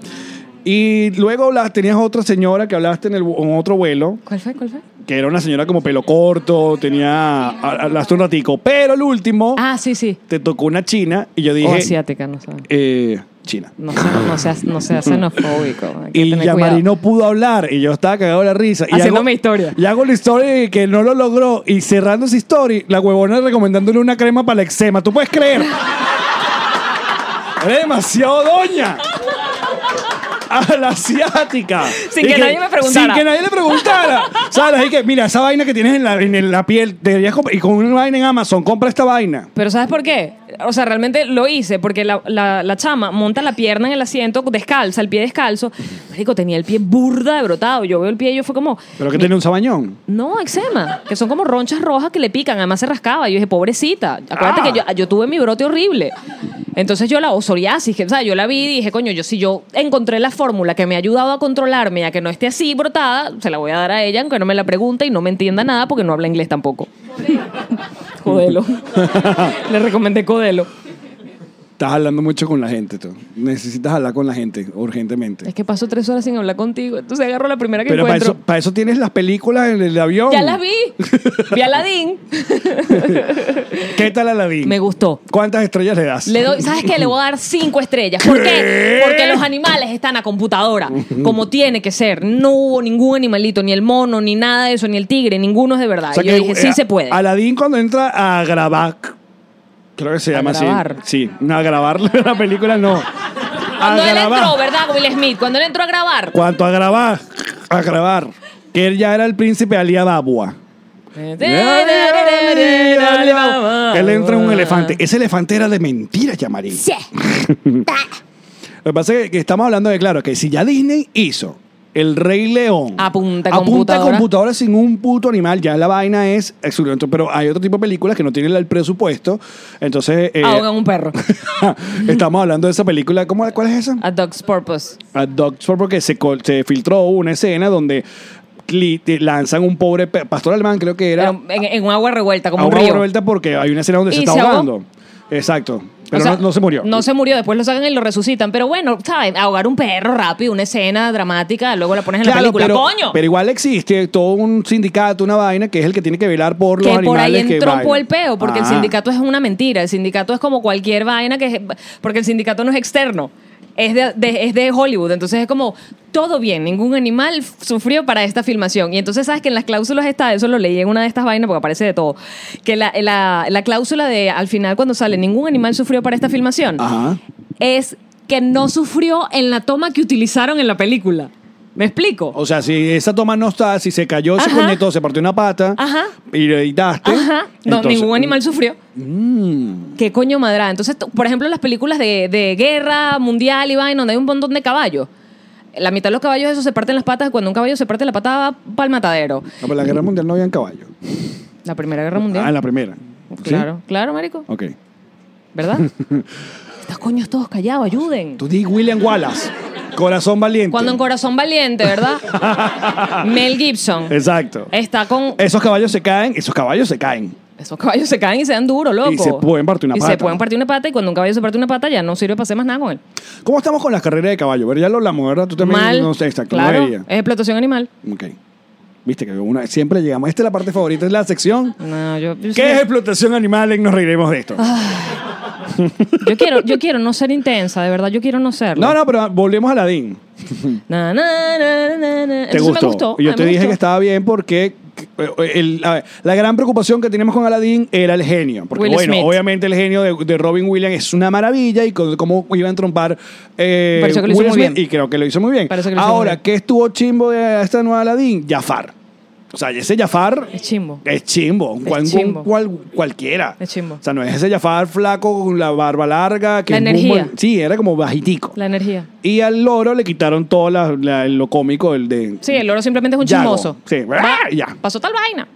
Y luego la, tenías otra señora que hablaste en, el, vu- en otro vuelo, ¿Cuál fue? ¿Cuál fue? que era una señora como pelo corto, tenía. ha- Hablaste un ratico. Pero el último, Ah, sí, sí. te tocó una china y yo o dije. Oh, asiática, no sé. eh, china. No sé, no seas, no seas xenofóbico. Hay que Y tener Yamari cuidado. no pudo hablar y yo estaba cagado de la risa. Y Haciendo mi historia. Y hago la historia y que no lo logró. Y cerrando su historia, la huevona recomendándole una crema para el eczema. ¿Tú puedes creer? Era demasiado doña. A la asiática. Sin que nadie me preguntara. Sin que nadie le preguntara. ¿Sabes? Y que, mira, esa vaina que tienes en la, en la piel, deberías comp- y con una vaina en Amazon, compra esta vaina. Pero ¿sabes por qué? O sea, realmente lo hice porque la, la- la chama monta la pierna en el asiento descalza, el pie descalzo. Marico, tenía el pie burda de brotado. Yo veo el pie y yo fue como... Pero que tiene un sabañón. No, eczema, que son como ronchas rojas que le pican, además se rascaba. Yo dije, pobrecita, acuérdate Ah. que yo, yo tuve mi brote horrible. Entonces yo la, o psoriasis, que, o sea, yo la vi y dije, coño, yo si yo encontré la fórmula que me ha ayudado a controlarme, a que no esté así brotada, se la voy a dar a ella, aunque no me la pregunte y no me entienda nada porque no habla inglés tampoco. Codelo. le recomendé Codelo. Estás hablando mucho con la gente, tú. Necesitas hablar con la gente urgentemente. Es que paso tres horas sin hablar contigo, entonces agarro la primera que Pero para encuentro. eso, para eso tienes las películas en el avión. Ya las vi, vi a Aladdin. ¿Qué tal Aladdin? Me gustó. ¿Cuántas estrellas le das? Le doy, ¿sabes qué? Le voy a dar cinco estrellas. ¿Por qué? Porque los animales están a computadora, como tiene que ser. No hubo ningún animalito, ni el mono, ni nada de eso, ni el tigre, ninguno es de verdad. O sea Y yo que, dije, eh, sí se puede. Aladdin cuando entra a grabar, creo que se ¿A llama así. grabar? Sí, no, a grabar la película no. A Cuando él entró, grabar. ¿verdad, Will Smith? Cuando él entró a grabar. ¿Cuánto a grabar? A grabar. Que él ya era el príncipe Ali Ababua. Él entra en un elefante. Ese elefante era de mentiras, Yamari. Sí. Lo que pasa es que estamos hablando de, claro, que si ya Disney hizo El Rey León. Apunta Apunta computadora. computadora sin un puto animal. Ya la vaina es excelente. Pero hay otro tipo de películas que no tienen el presupuesto. Entonces. eh, Ahogan un perro. estamos hablando de esa película. ¿Cómo, ¿Cuál es esa? A Dog's Purpose. a Dogsford porque se, col- se filtró una escena donde cli- te lanzan un pobre pe- pastor alemán, creo que era, Pero en, en un agua revuelta, como a un una río. vuelta porque hay una escena donde Y se está se ahogó. ahogando. Exacto. O Pero sea, no, no se murió. No se murió, después lo sacan y lo resucitan. Pero bueno, ¿sabes? Ahogar un perro rápido, una escena dramática, luego la pones en la Claro, película. pero, ¡Coño! pero igual existe todo un sindicato, una vaina que es el que tiene que velar por los que por ahí animales que entró vaina. el peo, porque el Ah. sindicato es una mentira. El sindicato es como cualquier vaina que. es- Porque el sindicato no es externo. Es de, de- es de Hollywood, entonces es como todo bien, ningún animal f- sufrió para esta filmación. Y entonces sabes que en las cláusulas está, eso lo leí en una de estas vainas porque aparece de todo, que la, la- la cláusula de al final cuando sale ningún animal sufrió para esta filmación Ajá. es que no sufrió en la toma que utilizaron en la película. ¿Me explico? O sea, si esa toma no está, si se cayó, se Ajá. conectó, se partió una pata Ajá. y lo editaste. Ajá. No, entonces- Mm. ningún animal sufrió. ¿Qué coño madrá? Entonces, t- por ejemplo, las películas de, de guerra mundial y vaina, donde hay un montón de caballos. La mitad de los caballos, eso se parten las patas. Cuando un caballo se parte la pata, va para el matadero. No, pero en la guerra mundial no habían caballo. La Primera Guerra Mundial. Ah, en la primera. ¿Sí? Claro, claro, marico. Ok. ¿Verdad? Estos coños todos callados, ayuden. Tú di William Wallace. Corazón valiente. Cuando en Corazón Valiente, ¿verdad? Mel Gibson Exacto. está con... Esos caballos se caen, esos caballos se caen. Esos caballos se caen y se dan duro, loco. Y se pueden partir una Y pata. se pueden partir una pata y cuando un caballo se parte una pata ya no sirve para hacer más nada con él. ¿Cómo estamos con las carreras de caballo? Pero ya lo hablamos, ¿verdad? Tú también Mal. no sé exacto. no Claro, veía. es explotación animal. Ok. Viste que una, siempre llegamos. Esta es la parte favorita, es la sección. No, yo, yo, ¿Qué es explotación animal? En Nos reiremos de esto. Ah. yo quiero, yo quiero no ser intensa, de verdad, yo quiero no serlo. No, no, pero volvemos a Aladdin. Na, na, na, na, na. ¿Te Entonces gustó? me gustó. Yo a mí te me dije gustó. que estaba bien porque eh, el- a ver, la gran preocupación que teníamos con Aladdin era el genio. Porque, Will bueno, Smith. obviamente el genio de, de Robin Williams es una maravilla y con- cómo iban a trompar eh, Pareció que lo hizo Will muy Smith, bien. Y creo que lo hizo muy bien. Pareció que lo hizo Ahora, muy bien. ¿qué estuvo chimbo de esta nueva Aladdin? Jafar. O sea, ese Jafar. Es chimbo. Es chimbo, un Es cual- un chimbo. cual- cualquiera. Es chimbo. O sea, no es ese Jafar flaco con la barba larga. Que La es muy energía. buen- sí, era como bajitico. La energía. Y al loro le quitaron todo la- la- lo cómico, el de. Sí, el loro simplemente es un Yago. chismoso. Sí, ah, Va, ya. Pasó tal vaina.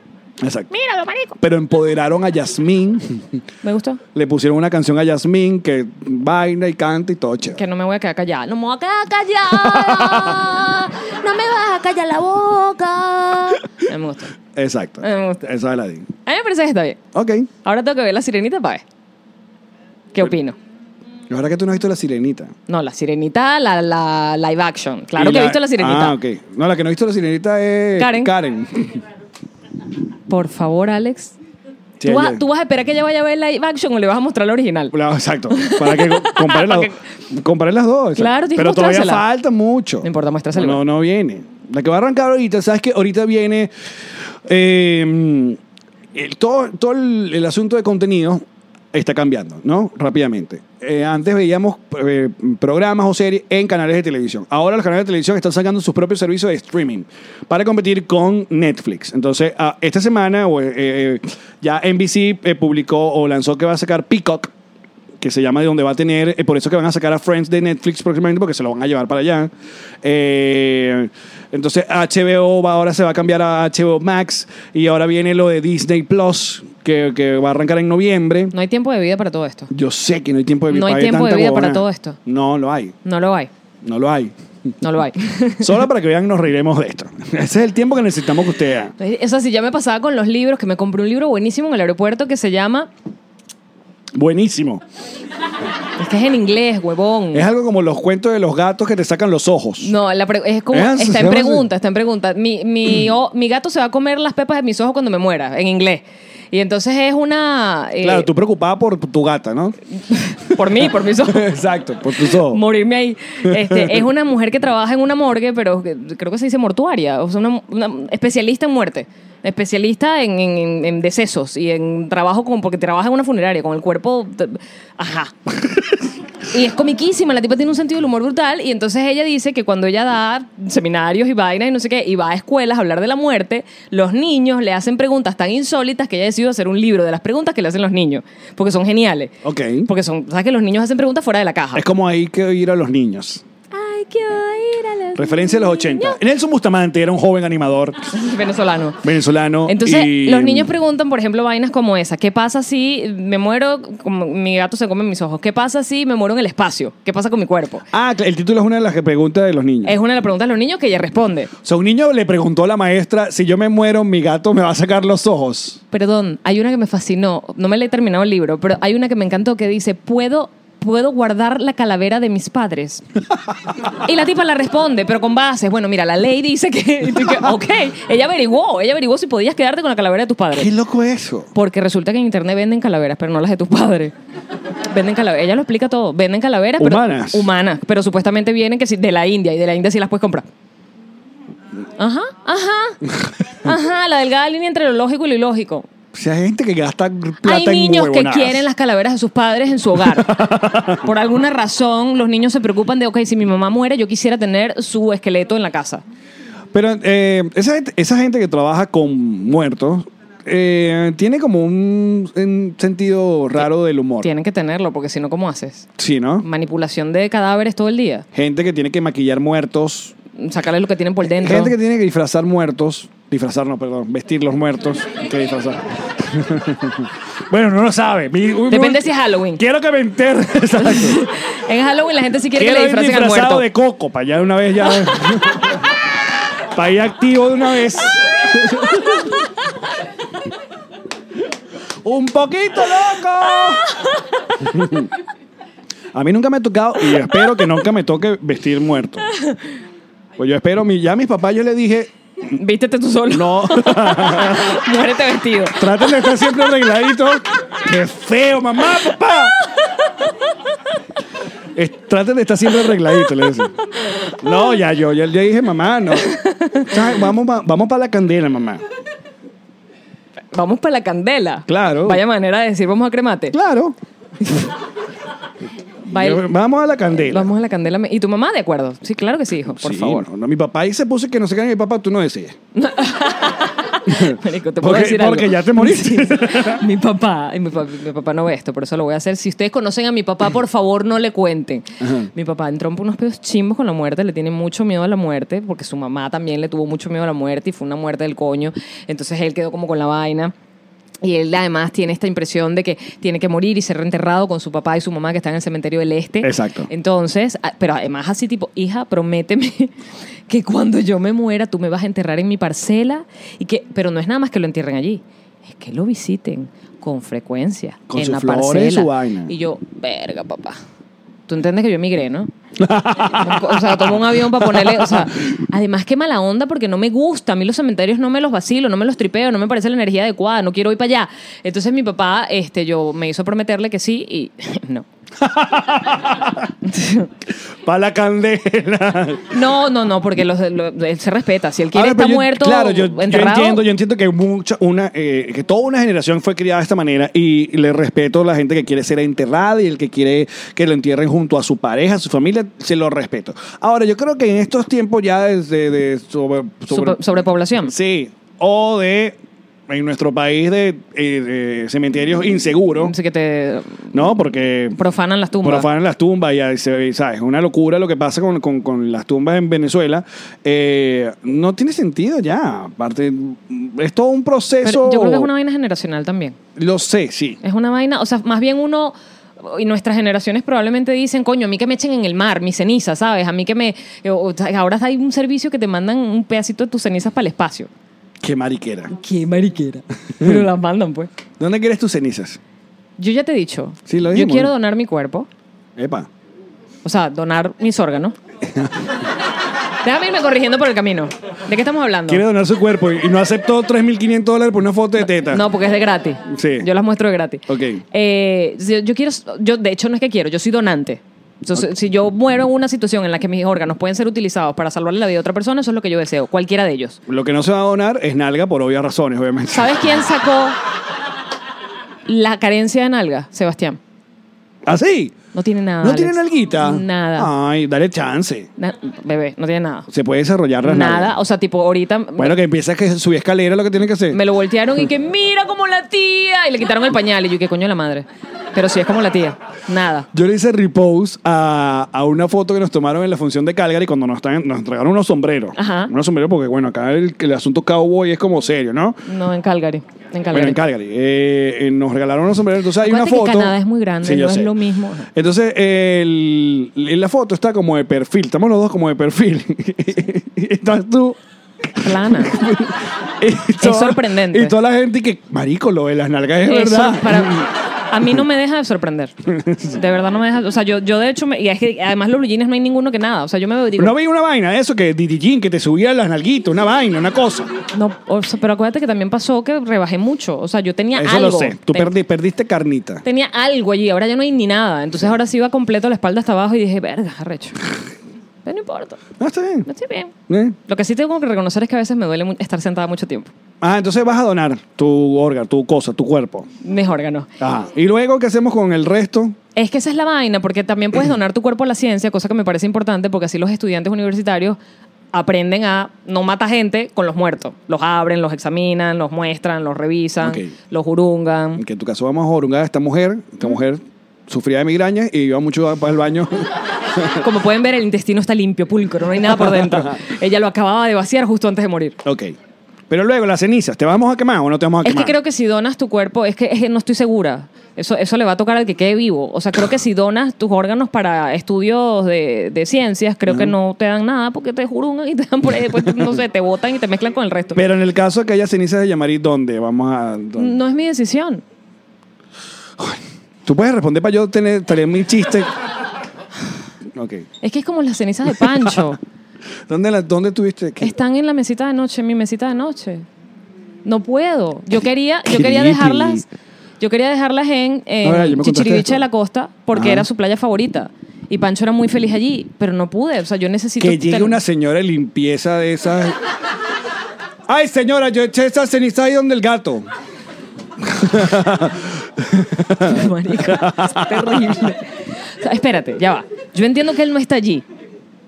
Exacto. Míralo, marico. Pero empoderaron a Yasmín, Me gustó. le pusieron una canción a Yasmín que baila y canta y todo chévere. Que no me voy a quedar callada. No me voy a quedar callada. no me vas a callar la boca. A mí me gustó. Exacto. Ay, me gusta. Esa es Aladdin. A mí me parece que está bien. Ok. Ahora tengo que ver la sirenita para ver. ¿Qué opino? La verdad que tú no has visto la sirenita. No, la sirenita, la, la live action. Claro Y que he visto la sirenita. Ah, ok. No, la que no he visto la sirenita es. Karen. Karen. Por favor, Alex. Sí, ¿Tú, vas, ella- tú vas a esperar que ella vaya a ver live action o le vas a mostrar la original? La- Exacto. Para que comparen las Para dos. Comparen las dos. exacto. Claro, tienes que Pero todavía mostrársela. falta mucho. No importa, muéstrasela. No, no viene. La que va a arrancar ahorita, ¿sabes que Ahorita viene eh, el- todo, todo el, el asunto de contenido está cambiando, ¿no? Rápidamente. Eh, antes veíamos eh, programas o series en canales de televisión. Ahora los canales de televisión están sacando sus propios servicios de streaming para competir con Netflix. Entonces, ah, esta semana o, eh, eh, ya NBC eh, publicó o lanzó que va a sacar Peacock, que se llama de donde va a tener, eh, por eso que van a sacar a Friends de Netflix próximamente porque se lo van a llevar para allá. Eh, entonces HBO va- ahora se va a cambiar a HBO Max y ahora viene lo de Disney Plus que, que va a arrancar en noviembre. No hay tiempo de vida para todo esto. Yo sé que no hay tiempo de vida No hay para tiempo de tanta vida para huevona. todo esto. No lo hay, No lo hay. no lo hay. No lo hay. Solo para que vean nos reiremos de esto. Ese es el tiempo que necesitamos que ustedes hagan. Eso sí, ya me pasaba con los libros, que me compré un libro buenísimo en el aeropuerto que se llama... Buenísimo. Es que es en inglés, huevón. Es algo como los cuentos de los gatos que te sacan los ojos. No, la pre- es como... ¿Es así? está ¿Se llama en así? pregunta, está en pregunta. Mi, mi, o- mi gato se va a comer las pepas de mis ojos cuando me muera, en inglés. Y entonces es una... eh, Claro, tú preocupada por tu gata, ¿no? Por mí, por mis ojos. Exacto, por tus ojos. morirme ahí. Este, es una mujer que trabaja en una morgue, pero que- creo que se dice mortuaria, o sea, una, una especialista en muerte, especialista en, en- en- en decesos y en trabajo con, porque trabaja en una funeraria, con el cuerpo, t- ajá. Y es comiquísima, la tipa tiene un sentido del humor brutal y entonces ella dice que cuando ella da seminarios y vainas y no sé qué, y va a escuelas a hablar de la muerte, los niños le hacen preguntas tan insólitas que ella decidió hacer un libro de las preguntas que le hacen los niños, porque son geniales. Ok. Porque son, sabes que los niños hacen preguntas fuera de la caja. Es como ahí que ir a los niños. Ay, quiero ir a Referencia a los 80. Nelson Bustamante era un joven animador venezolano. venezolano. Entonces, y- mm. los niños preguntan, por ejemplo, vainas como esa. ¿Qué pasa si me muero, como mi gato se come mis ojos? ¿Qué pasa si me muero en el espacio? ¿Qué pasa con mi cuerpo? Ah, el título es una de las que pregunta de los niños. Es una de las preguntas de los niños que ella responde. O sea, un niño le preguntó a la maestra, si yo me muero, mi gato me va a sacar los ojos. Perdón, hay una que me fascinó. No me la he terminado el libro, pero hay una que me encantó que dice, puedo... Puedo guardar la calavera de mis padres. y la tipa la responde, pero con bases. Bueno, mira, la ley dice que. y tú que, ok, ella averiguó, ella averiguó si podías quedarte con la calavera de tus padres. Qué loco eso. Porque resulta que en internet venden calaveras, pero no las de tus padres. Venden calaveras. Ella lo explica todo. Venden calaveras. pero- Humanas. humanas. Pero supuestamente vienen que sí, de la India. Y de la India sí las puedes comprar. Ajá, ajá. Ajá, la delgada línea entre lo lógico y lo ilógico. O sea, hay gente que gasta plata Hay en niños que huevonadas. quieren las calaveras de sus padres en su hogar. Por alguna razón, los niños se preocupan de, ok, si mi mamá muere, yo quisiera tener su esqueleto en la casa. Pero eh, esa, gente, esa gente que trabaja con muertos eh, tiene como un, un sentido raro del humor. Tienen que tenerlo, porque si no, ¿cómo haces? Sí, ¿no? Manipulación de cadáveres todo el día. Gente que tiene que maquillar muertos. Sacarle lo que tienen por dentro. Gente que tiene que disfrazar muertos. Disfrazar, no, perdón. Vestir los muertos. Que disfrazar. bueno, no lo sabe. Mi- un- Depende si es Halloween. Quiero que me entere. Exacto. En Halloween la gente sí quiere Quiero que le ir disfracen al disfrazado muerto. de coco. Para allá de una vez ya. para ir activo de una vez. un poquito loco. A mí nunca me ha tocado y espero que nunca me toque vestir muerto. Pues yo espero, mi- ya a mis papás yo le dije, Vístete tú solo. no, Muérete vestido. traten de estar siempre arregladitos. ¡Qué feo, mamá, papá! Es- traten de estar siempre arregladitos, le dicen. No, ya yo, ya, ya dije, mamá, no. Ay, Vamos, pa- vamos para la candela, mamá. Vamos para la candela. Claro. Vaya manera de decir, vamos a cremate. Claro. Vaya- Yo- vamos a la candela. Vamos a la candela. ¿Y tu mamá de acuerdo? Sí, claro que sí, hijo. Por Sí, favor. no, no, mi papá ahí se puso que no se cae mi papá, tú no decides. Marico, te puedo Porque- decir algo. porque ya te moriste. Sí. Mi papá, y mi, pa- mi papá no ve esto, por eso lo voy a hacer. Si ustedes conocen a mi papá, por favor, no le cuenten. Mi papá entró en unos pedos chimbos con la muerte, le tiene mucho miedo a la muerte, porque su mamá también le tuvo mucho miedo a la muerte y fue una muerte del coño. Entonces él quedó como con la vaina. Y él además tiene esta impresión de que tiene que morir y ser reenterrado con su papá y su mamá que están en el cementerio del Este. Exacto. Entonces, a- pero además así tipo, hija, prométeme que cuando yo me muera tú me vas a enterrar en mi parcela y que, pero no es nada más que lo entierren allí, es que lo visiten con frecuencia Con en sus la flores y parcela. su vaina. Y yo, verga, papá. Tú entiendes que yo emigré, ¿no? o sea, tomo un avión para ponerle, o sea, además qué mala onda porque no me gusta, a mí los cementerios no me los vacilo, no me los tripeo, no me parece la energía adecuada, no quiero ir para allá. Entonces mi papá, este, yo me hizo prometerle que sí y no. Para la candela. No, no, no, porque los, lo- él se respeta. Si él quiere Ahora, estar pero yo- muerto, Claro, yo, yo enterrado, entiendo, yo entiendo que mucha, una, eh, que toda una generación fue criada de esta manera y le respeto a la gente que quiere ser enterrada y el que quiere que lo entierren junto a su pareja, a su familia, se lo respeto. Ahora, yo creo que en estos tiempos ya desde de sobre- sobre- sobre- sobrepoblación. sí, o de en nuestro país de, eh, de cementerios inseguros, Así que te ¿no? Porque profanan las tumbas. Profanan las tumbas y ahí se ve, ¿sabes? Una locura lo que pasa con, con- con las tumbas en Venezuela. Eh, no tiene sentido ya. Aparte, es todo un Pero proceso. yo creo que es una vaina generacional también. Lo sé, sí. Es una vaina, o sea, más bien uno y nuestras generaciones probablemente dicen, coño, a mí que me echen en el mar, mi ceniza, ¿sabes? A mí que me... o- o sea, ahora hay un servicio que te mandan un pedacito de tus cenizas para el espacio. Qué mariquera. Qué mariquera. Pero las mandan, pues. ¿Dónde quieres tus cenizas? Yo ya te he dicho. Sí, lo yo dijimos. quiero donar mi cuerpo. Epa. O sea, donar mis órganos. Déjame irme corrigiendo por el camino. ¿De qué estamos hablando? Quiere donar su cuerpo y y no aceptó 3.500 dólares por una foto de teta. No, porque es de gratis. Sí. Yo las muestro de gratis. Ok. Eh, yo, yo quiero, yo de hecho no es que quiero, yo soy donante. Entonces, Si yo muero en una situación en la que mis órganos pueden ser utilizados para salvarle la vida a otra persona, eso es lo que yo deseo, cualquiera de ellos. Lo que no se va a donar es nalga por obvias razones, obviamente. ¿Sabes quién sacó la carencia de nalga? Sebastián. ¿Así? No tiene nada. ¿No Alex. tiene nalguita? Nada. Ay, dale chance. Na- bebé, no tiene nada. Se puede desarrollar las Nada. nalgas. O sea, tipo, ahorita. Bueno, que empieza que subir escalera lo que tiene que hacer. Me lo voltearon y que mira como la tía. Y le quitaron el pañal. Y yo, ¿qué coño la madre? Pero sí es como la tía. Nada. Yo le hice repose a, a una foto que nos tomaron en la función de Calgary cuando nos, tra- nos entregaron unos sombreros. Ajá. Unos sombreros porque, bueno, acá el, el asunto cowboy es como serio, ¿no? No, en Calgary. En Calgary. Bueno, en Calgary. Eh, eh, nos regalaron unos sombreros. Entonces hay Acuérdate una que foto. Canadá es muy grande, yo no es sé. lo mismo. Ajá. Entonces, el- en la foto está como de perfil. Estamos los dos como de perfil. Y Estás tú. Plana. y toda- sorprendente. Y toda la gente que, marico, lo de las nalgas es Eso, verdad. para- a mí no me deja de sorprender. De verdad no me deja. O sea, yo, yo de hecho. me- y es que además los blue jeans no hay ninguno que nada. O sea, yo me digo. No veía una vaina de eso, que Didi Jean, que te subía las nalguitas, una vaina, una cosa. No, o sea, pero acuérdate que también pasó que rebajé mucho. O sea, yo tenía Eso algo. lo sé. Tú Te- perdi- perdiste carnita. Tenía algo allí, ahora ya no hay ni nada. Entonces ahora sí iba completo la espalda hasta abajo y dije, verga, arrecho. Pero no importa, No, Ah, está bien. no estoy bien. ¿Eh? Lo que sí tengo que reconocer es que a veces me duele mu- estar sentada mucho tiempo. Ah, entonces vas a donar tu órgano, tu cosa, tu cuerpo. Mis órganos. Ajá. ¿Y luego qué hacemos con el resto? Es que esa es la vaina, porque también puedes donar tu cuerpo a la ciencia, cosa que me parece importante, porque así los estudiantes universitarios aprenden a no matar gente con los muertos. Los abren, los examinan, los muestran, los revisan, Ok. los jurungan. Que en tu caso vamos a jorungar a esta mujer. Esta mujer sufría de migraña y iba mucho para el baño. Como pueden ver, el intestino está limpio, pulcro, no hay nada por dentro. Ella lo acababa de vaciar justo antes de morir. ok. Pero luego las cenizas, ¿te vamos a quemar o no te vamos a Es que quemar? creo que si donas tu cuerpo, es que, es que no estoy segura. Eso, eso le va a tocar al que quede vivo. O sea, creo que si donas tus órganos para estudios de, de ciencias, creo que no te dan nada porque te jurungan y te dan por ahí. Después, no sé, te botan y te mezclan con el resto. Pero en el caso de que haya cenizas de Yamari, ¿dónde? Vamos a. dónde? no es mi decisión. Tú puedes responder para yo tener, tener mi chiste. ok. Es que es como las cenizas de Pancho. ¿Dónde, la, dónde tuviste que.? Están en la mesita de noche, en mi mesita de noche. No puedo. Yo quería, yo quería Creepy. dejarlas. Yo quería dejarlas en, en Ahora, ya me contaste Chichiriviche de la esto. Costa porque Ajá. era su playa favorita. Y Pancho era muy feliz allí, pero no pude. O sea, yo necesito. Que llegue tener- una señora de limpieza de esas. Ay, señora, yo eché esa ceniza ahí donde el gato. Marica, es terrible. O sea, espérate, ya va. Yo entiendo que él no está allí.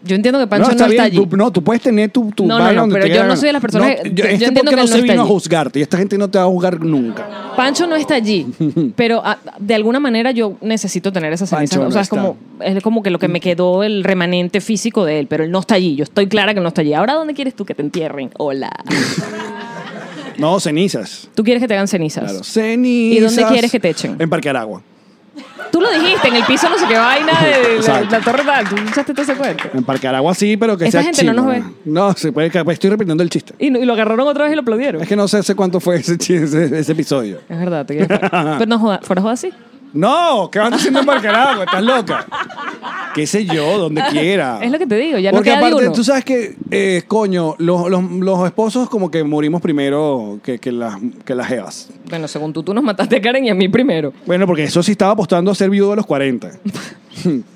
Yo entiendo que Pancho no está, bien, allí. Tú, no, tú puedes tener tu, tu No, no, vaina no, donde pero te dé yo la no gana. soy de las personas que- yo- yo este entiendo porque que no él no se está vino a allí. juzgarte y esta gente no te va a juzgar nunca. Pancho no está allí, pero ah, de alguna manera yo necesito tener esa ceniza. Pancho no o sea, es está. como, es como que lo que me quedó el remanente físico de él, pero él no está allí. Yo estoy clara que no está allí. Ahora, ¿dónde quieres tú que te entierren? Hola. No, cenizas. Tú quieres que te hagan cenizas. Claro, cenizas. ¿Y dónde quieres que te echen? En Parque Aragua. Tú lo dijiste, en el piso no sé qué vaina de la, Exacto. la torre tal. Tú echaste todo ese cuento. En Parque Aragua sí, pero que Esa sea gente no nos chimba. ve. No, se puede, que- pues, estoy repitiendo el chiste. Y, no- y lo agarraron otra vez y lo aplaudieron. Es que no sé hace cuánto fue ese, chi- ese- ese episodio. Es verdad, te quiero Pero no jodas, fuera joda así. No, ¿qué vas haciendo en Parque Aragua? ¿Estás loca? ¿Qué sé yo? Donde quiera. Es lo que te digo, ya no Porque queda de aparte, uno. tú sabes que, eh, coño, los, los- los esposos como que morimos primero que, que las, que las jevas. Bueno, según tú, tú nos mataste a Karen y a mí primero. Bueno, porque eso sí estaba apostando a ser viudo a los 40.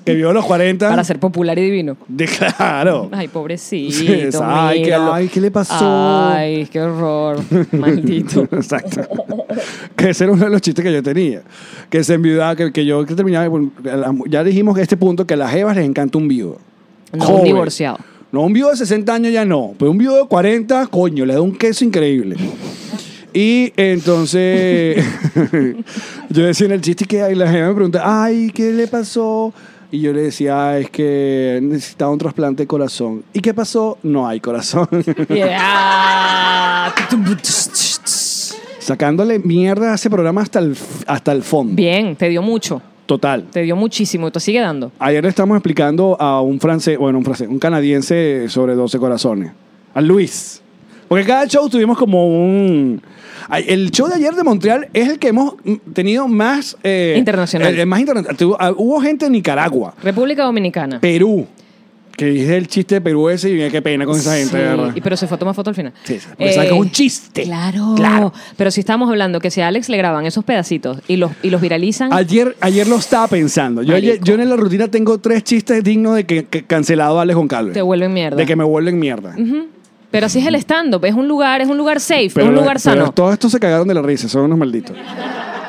que viudo a los 40. Para ser popular y divino. De claro. Ay, pobrecito. Sí, es- ay, que- míralo. ay, ¿qué le pasó? Ay, qué horror. Maldito. Exacto. que ese era uno de los chistes que yo tenía. Que se enviudaba, que, que yo que terminaba. bueno, la- Ya dijimos que a este punto que a las jevas les encanta un viudo. No, un Joven. divorciado. No, un viudo de 60 años ya no. Pero un viudo de 40, coño, le da un queso increíble. Y entonces yo decía en el chiste que ahí la gente me pregunta, ay, ¿qué le pasó? Y yo le decía, "Ah, es que necesitaba un trasplante de corazón. ¿Y qué pasó? No hay corazón. Yeah. Sacándole mierda a ese programa hasta el, hasta el fondo. Bien, te dio mucho. Total. Te dio muchísimo y te sigue dando. Ayer le estamos explicando a un francés, bueno, un francés, un canadiense sobre 12 corazones. A Luis. Porque cada show tuvimos como un... Ay, El show de ayer de Montreal es el que hemos mm, tenido más... eh, Internacional. el- el más internacional. Tuvo- ah, Hubo gente en Nicaragua, República Dominicana. Perú, que dije el chiste de Perú ese y mira, qué pena con esa gente, de ¿verdad? Sí, y pero se fue a tomar foto al final. Eh, Sí, sí, porque sabe que es un chiste. Claro. Claro. Pero si estábamos hablando que si a Alex le graban esos pedacitos y los, y los viralizan. Ayer, ayer lo estaba pensando. Yo, ayer- Marico. yo en la rutina tengo tres chistes dignos de que, que cancelado Alex Goncalves. Te vuelven mierda. De que me vuelven mierda. Pero así es el stand-up, es un lugar, es un lugar safe, es un lo- lugar sano. todos estos se cagaron de la risa, son unos malditos.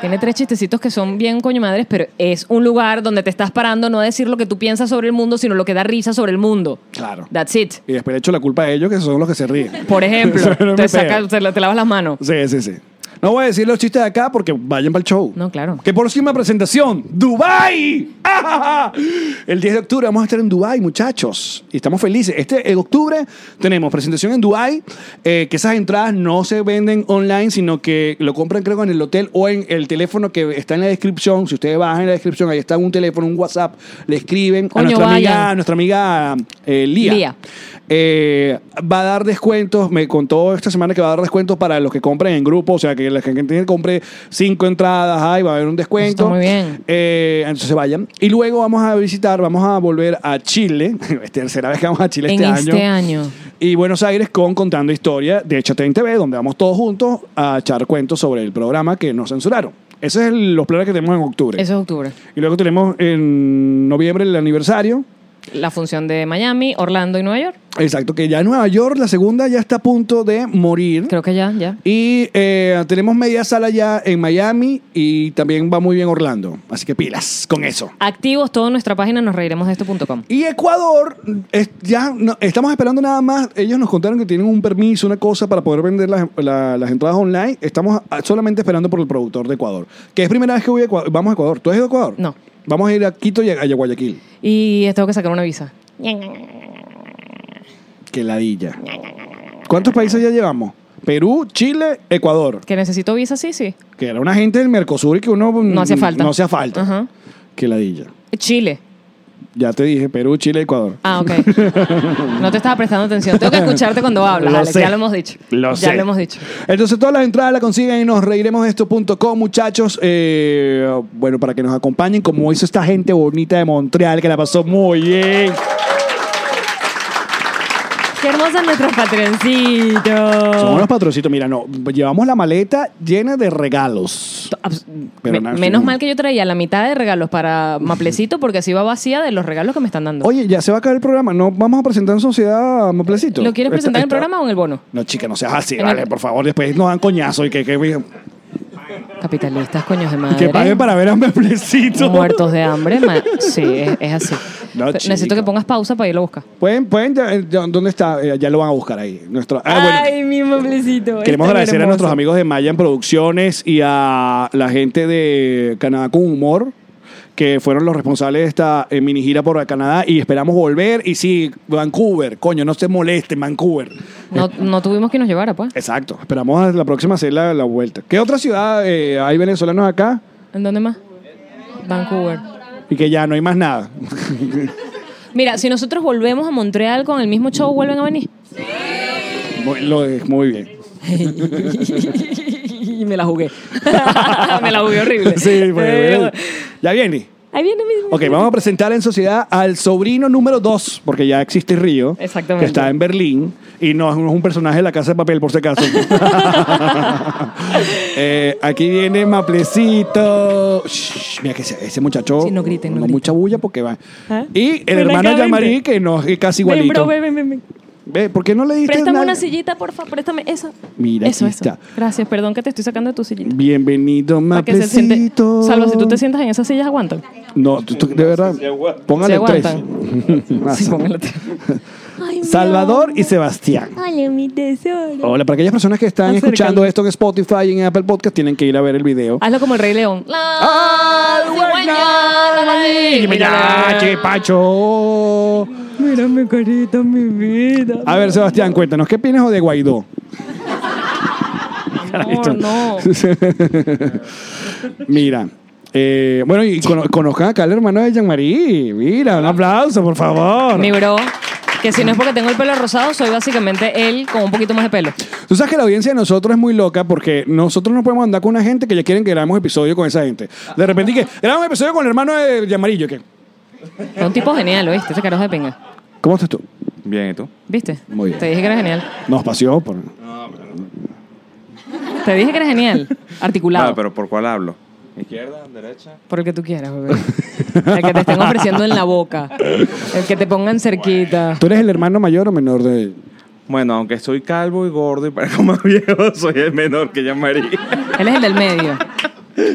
Tiene tres chistecitos que son bien coño madres, pero es un lugar donde te estás parando no a decir lo que tú piensas sobre el mundo, sino lo que da risa sobre el mundo. Claro. That's it. Y después le echo la culpa a ellos, que son los que se ríen. Por ejemplo, Eso no me te, saca- pega. te la- te lavas las manos. Sí, sí, sí. No voy a decir los chistes de acá porque vayan para el show. No, claro. Que por próxima presentación, Dubai. El 10 de octubre vamos a estar en Dubai, muchachos. Y estamos felices. Este en octubre tenemos presentación en Dubai, eh, que esas entradas no se venden online, sino que lo compran creo que en el hotel o en el teléfono que está en la descripción. Si ustedes bajan en la descripción, ahí está un teléfono, un WhatsApp, le escriben Coño, a nuestra amiga, vayan. a nuestra amiga eh, Lía. Lía. Eh, va a dar descuentos, me contó esta semana que va a dar descuentos para los que compren en grupo, o sea, que la gente que compre cinco entradas, ahí va a haber un descuento. Está muy bien. Eh, entonces vayan. Y luego vamos a visitar, vamos a volver a Chile, es tercera vez que vamos a Chile en este año. este año. Y Buenos Aires con Contando Historia de Hecho TV, donde vamos todos juntos a echar cuentos sobre el programa que nos censuraron. Esos son los planes que tenemos en octubre. Eso es octubre. Y luego tenemos en noviembre el aniversario. La función de Miami, Orlando y Nueva York. Exacto, que ya en Nueva York la segunda ya está a punto de morir. Creo que ya, ya. Y eh, tenemos media sala ya en Miami y también va muy bien Orlando. Así que pilas con eso. Activos toda nuestra página, nos reiremos de esto.com. Y Ecuador, es- ya no- estamos esperando nada más. Ellos nos contaron que tienen un permiso, una cosa para poder vender las, la- las entradas online. Estamos a- solamente esperando por el productor de Ecuador. Que es primera vez que voy a Ecuador. Vamos a Ecuador. ¿Tú has ido a Ecuador? No. Vamos a ir a Quito y a, y a Guayaquil. Y tengo que sacar una visa. Que ladilla. ¿Cuántos países ya llevamos? Perú, Chile, Ecuador. ¿Que necesito visa? Sí, sí. Que era una gente del Mercosur y que uno mm, No hacía falta. No hacía falta. Ajá. Que ladilla. Chile. Ya te dije, Perú, Chile, Ecuador. Ah, ok. No te estaba prestando atención. Tengo que escucharte cuando hablas, Lo Alex. sé. Ya lo hemos dicho. Lo ya sé. lo hemos dicho. Entonces todas las entradas las consiguen en nosreiremosdeesto.com, muchachos. Eh, bueno, para que nos acompañen, como hizo esta gente bonita de Montreal, que la pasó muy bien. Qué hermosos nuestros patroncitos. Somos unos patrocitos. Mira, no, llevamos la maleta llena de regalos. Abs- Pero me- nada, menos sí. mal que yo traía la mitad de regalos para Maplecito porque así va vacía de los regalos que me están dando. Oye, ya se va a acabar el programa. No vamos a presentar en sociedad a Moplecito. ¿Lo quieres Esta- presentar en el esta- programa o en el bono? No, chica, no seas así, En vale, el- por favor. Después nos dan coñazo y que, que, Capitalistas, coños de madre. que paguen para ver a Moplecito. Muertos de hambre. ma- Sí, es, es así. No, Pero chica. Necesito que pongas pausa para irlo a buscar. Pueden, pueden, ya- eh, ya- ¿dónde está? Eh, ya lo van a buscar ahí. Nuestro, ah, bueno. Ay, mi Maplecito. este es Queremos tan agradecer a hermoso. nuestros amigos de Mayan Producciones y a la gente de Canadá con Humor, que fueron los responsables de esta eh, mini gira por Canadá y esperamos volver. Y sí, Vancouver, coño, no se molesten, Vancouver. No, no tuvimos que nos llevara, pues. Exacto, esperamos a la próxima hacer la, la vuelta. ¿Qué otra ciudad eh, hay venezolanos acá? ¿En dónde más? Vancouver. Y que ya no hay más nada. Mira, si nosotros volvemos a Montreal con el mismo show, ¿vuelven a venir? Muy, lo, es muy bien. y me la jugué. Ah, me la jugué horrible. Eh, Sí, bueno, ya viene. Ahí viene mi... Ok, vamos a presentar en sociedad al sobrino número 2, porque ya existe Río, Exactamente. que está en Berlín, y no es un personaje de la Casa de Papel, por si acaso. Eh, aquí viene Maplecito. Shh, mira que ese, ese muchacho, Sí, no griten, no no griten. mucha bulla porque va. ¿Ah? Y el Ven acá, hermano de Yamari, vente. que no es casi Ven, igualito. bro, ven, ven, ven, ven. Ve, ¿Por qué no le diste Préstame nada? una sillita, por favor. Préstame esa. Mira, eso, aquí eso. está. Mm, Gracias, perdón que te estoy sacando de tu sillita. Bienvenido, Para que se siente. Maplecito. Salvo si tú te sientas en esas sillas, aguantan. No, tú- tú- de verdad. Se Póngale aguantan. tres. Ah, Sí, póngalo atrás. Salvador y Sebastián. Hola, mi tesoro. Hola, para aquellas personas que están Acércalo. escuchando esto en Spotify y en Apple Podcast, tienen que ir a ver el video. Hazlo como el Rey León. ¡Al Ay, ¡Mira, che, Pacho! Mira mi carita, mi vida. A ver, Sebastián, cuéntanos, ¿qué opinas de Guaidó? No, no. Mira, eh, bueno, y cono- conozcan acá al hermano de Jean-Marie. Mira, un aplauso, por favor. Mi bro. Que si no es porque tengo el pelo rosado, soy básicamente él con un poquito más de pelo. Tú sabes que la audiencia de nosotros es muy loca porque nosotros no podemos andar con una gente que ya quieren que grabemos episodio con esa gente. De repente, ¿y ¿qué? Grabamos episodio con el hermano de Jean-Marie. Yo, ¿qué? Es un tipo genial, ¿oíste? Ese carajo de pinga. ¿Cómo estás tú? Bien, ¿y tú? ¿Viste? Muy bien. Te dije que era genial. Nos paseó por... Te dije que era genial. Articulado. Vale, pero ¿por cuál hablo? ¿Izquierda? ¿Derecha? Por el que tú quieras, bebé. El que te estén ofreciendo en la boca. El que te pongan cerquita. ¿Tú eres el hermano mayor o menor de Bueno, aunque soy calvo y gordo y parezco más viejo, soy el menor que llamaría. Él es el del medio.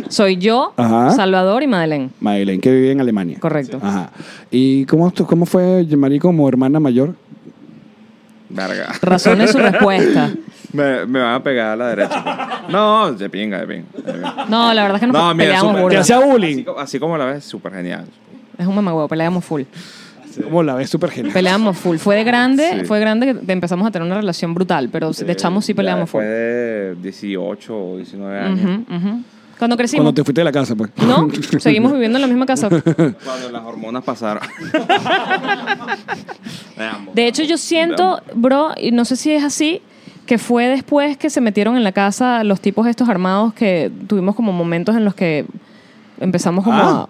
Soy yo, Ajá. Salvador y Madeleine. Madeleine, que vive en Alemania. Correcto. Ajá. ¿Y cómo, estu- cómo fue Marí como hermana mayor? Verga. Razone su respuesta. Me, me van a pegar a la derecha. No, de pinga, de pinga. de pinga. No, la verdad es que nos No, mira, pues, peleamos súper- burda. Te hacía Así, bullying. co- así como la ves, súper genial. Es un mamagüevo, peleamos full. Como la ves súper genial. Peleamos full. Fue de grande, Sí. fue de grande que empezamos a tener una relación brutal, pero Pues, de chamos sí Eh, Ya peleamos full. Después de 18 o 19 años. Ujú, ujú. Cuando Cuando crecimos. te fuiste de la casa, pues. No, seguimos viviendo en la misma casa. Cuando las hormonas pasaron. De ambos. De hecho, yo siento, ambos. bro, y no sé si es así, que fue después que se metieron en la casa los tipos estos armados que tuvimos como momentos en los que empezamos como a... Ah.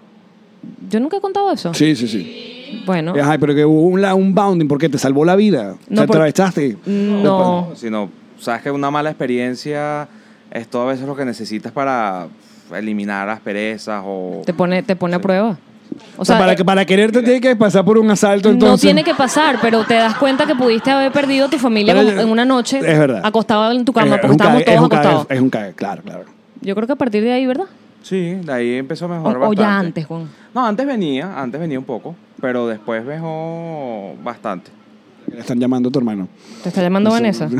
Yo nunca he contado eso. Sí, sí, sí. Bueno. Ajá, pero que hubo un, la- un bounding porque te salvó la vida. No, te por- atravesaste. pues. No. Sino, sabes que una mala experiencia es todo a veces lo que necesitas para eliminar asperezas o... Te pone, te pone a Sí. prueba. O O sea, sea, para, eh, que, para quererte tiene que pasar por un asalto, entonces. no tiene que pasar, pero te das cuenta que pudiste haber perdido a tu familia Pero con- yo- en una noche es verdad. acostado en tu cama, Es- es porque un estábamos cague- es todos un cague- acostados. Es un cague, claro, claro. Yo creo que a partir de ahí, ¿verdad? Sí, de ahí empezó a O, mejorar o bastante. ya antes, Juan. No, antes venía, antes venía un poco, pero después mejor bastante. Le están llamando a tu hermano. Te está llamando Vanessa.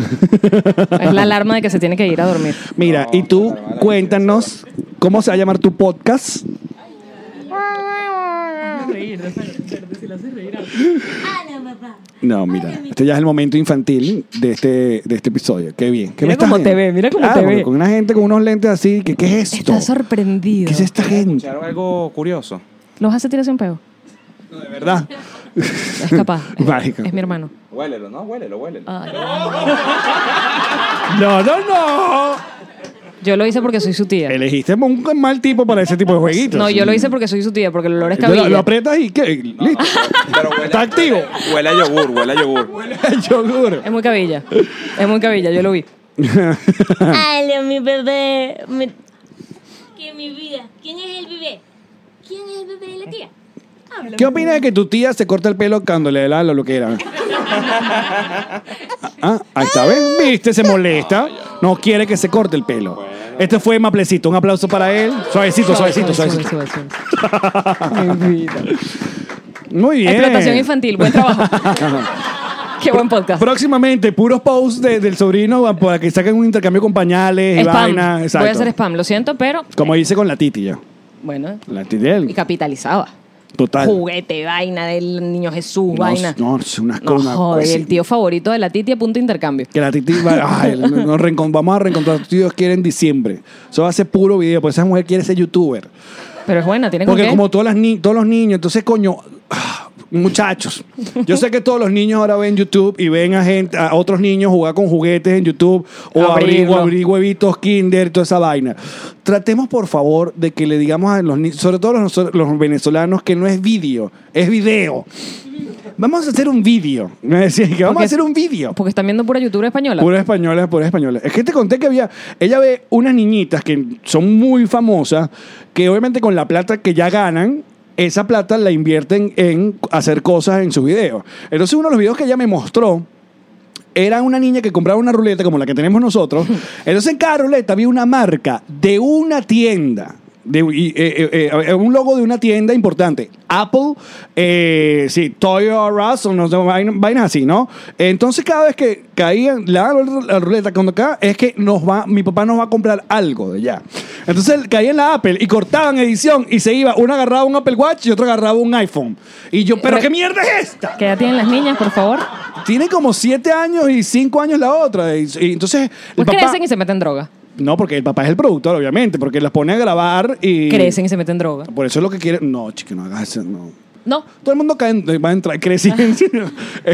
es la alarma de que se tiene que ir a dormir. Mira, No, y tú la verdad, cuéntanos cómo se va a llamar tu podcast. Ana, papá. No, mira, este ya es el momento infantil de este, de este episodio. Qué bien. ¿Qué Mira estás cómo viendo? te ve, mira cómo Claro, te ve. porque Con una gente con unos lentes así, que, ¿qué es esto? Está sorprendido. ¿Qué es esta gente? ¿Escucharon algo curioso? ¿Los hace tirarse un peo? De verdad. Es capaz. Marica. es, es mi hermano. Huélelo, ¿no? Huélelo, huélelo. Ay. No, no, no. Yo lo hice porque soy su tía. Elegiste un mal tipo para ese tipo de jueguitos. No, yo lo hice porque soy su tía, porque el olor es Entonces, lo, cabilla. lo aprietas y ¿qué? Listo. Pero huele, Está activo. huele a yogur, huele a yogur. Yogur. Es muy cabilla. Es muy cabilla, yo lo vi. Ana, mi bebé. mi- Que mi vida. ¿Quién es el bebé? ¿Quién es el bebé de la tía? ¿Qué opinas de que tu tía se corta el pelo cuando le da la lo que era? Ah, ahí está, ¿ves? Viste, se molesta. No quiere que se corte el pelo. Este fue Maplecito. Un aplauso para él. Suavecito, suavecito, suavecito. suave, suave, suave. Mi vida. Muy bien. Explotación infantil, buen trabajo. Qué buen podcast. Próximamente, puros posts de- del sobrino para que saquen un intercambio con pañales y spam. vainas. Exacto. Voy a hacer spam, lo siento, pero Como Mm. hice con la Titi ya. bueno. La Titi del- Y capitalizaba. Total. Juguete, vaina del niño Jesús, No, vaina. No, es unas No, cosas. joder, el tío favorito de la Titi a punto de intercambio. Que la Titi va. ay, nos reencon- vamos a reencontrar a tus tíos que en diciembre. Eso va a ser puro video, pues esa mujer quiere ser youtuber. Pero es buena, tiene con Porque qué. como todas las ni- todos los niños, entonces coño, ah, muchachos, yo sé que todos los niños ahora ven YouTube y ven a gente, a otros niños jugar con juguetes en YouTube o abrir, Abrirlo. o abrir huevitos Kinder, toda esa vaina. Tratemos por favor de que le digamos a los niños, sobre todo los, nosotros- los venezolanos, que no es vídeo, es video. Vamos a hacer un vídeo. Me decían que vamos Porque- a hacer un vídeo. Porque están viendo pura youtuber española. Puras españolas, puras españolas. Es que te conté que había. Ella ve unas niñitas que son muy famosas, que obviamente con la plata que ya ganan, esa plata la invierten en hacer cosas en sus videos. Entonces, uno de los videos que ella me mostró. Era una niña que compraba una ruleta como la que tenemos nosotros. Entonces en cada ruleta había una marca de una tienda. De, y, eh, eh, eh, un logo de una tienda importante. Apple, eh, sí, Toys R Us, o no sé, vaina- vainas así, ¿no? Entonces cada vez que caían, la, la ruleta cuando acá es que nos va, mi papá nos va a comprar algo de allá. Entonces él caía en la Apple y cortaban edición y se iba, uno agarraba un Apple Watch y otro agarraba un iPhone. Y yo, pero Re- ¿qué mierda es esta? Que ya tienen las niñas, por favor. Tiene como siete años y cinco años la otra. Y, y entonces el Pues papá... crecen y se meten droga. No, porque el papá es el productor, obviamente, porque las pone a grabar y... Crecen y se meten droga. Por eso es lo que quiere... No, chico, no hagas eso, no. No. Todo el mundo cae en- va a entrar, crece. eso es lo Ah.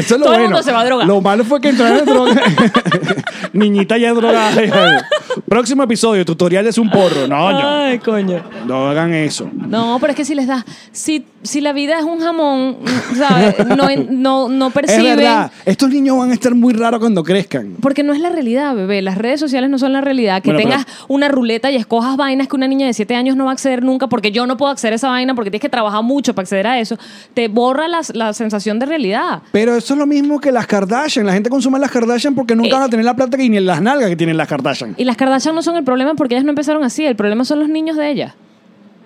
Todo el bueno. mundo se va a drogar. Lo malo fue que entraron en droga. Niñita ya drogada. Próximo episodio, tutorial es un porro. No, no, Ay, coño. no hagan eso. No, pero es que si les da, si, si la vida es un jamón, ¿sabes? No, no, no Es perciben. verdad, estos niños van a estar muy raros cuando crezcan. Porque no es la realidad, bebé. Las redes sociales no son la realidad. Que Bueno, pero- tengas una ruleta y escojas vainas que una niña de 7 años no va a acceder nunca porque yo no puedo acceder a esa vaina porque tienes que trabajar mucho para acceder a eso. te borra las- la sensación de realidad. Pero eso es lo mismo que las Kardashian. La gente consume las Kardashian porque nunca Eh. van a tener la plata que ni en las nalgas que tienen las Kardashian. Y las Kardashian no son el problema porque ellas no empezaron así. El problema son los niños de ellas.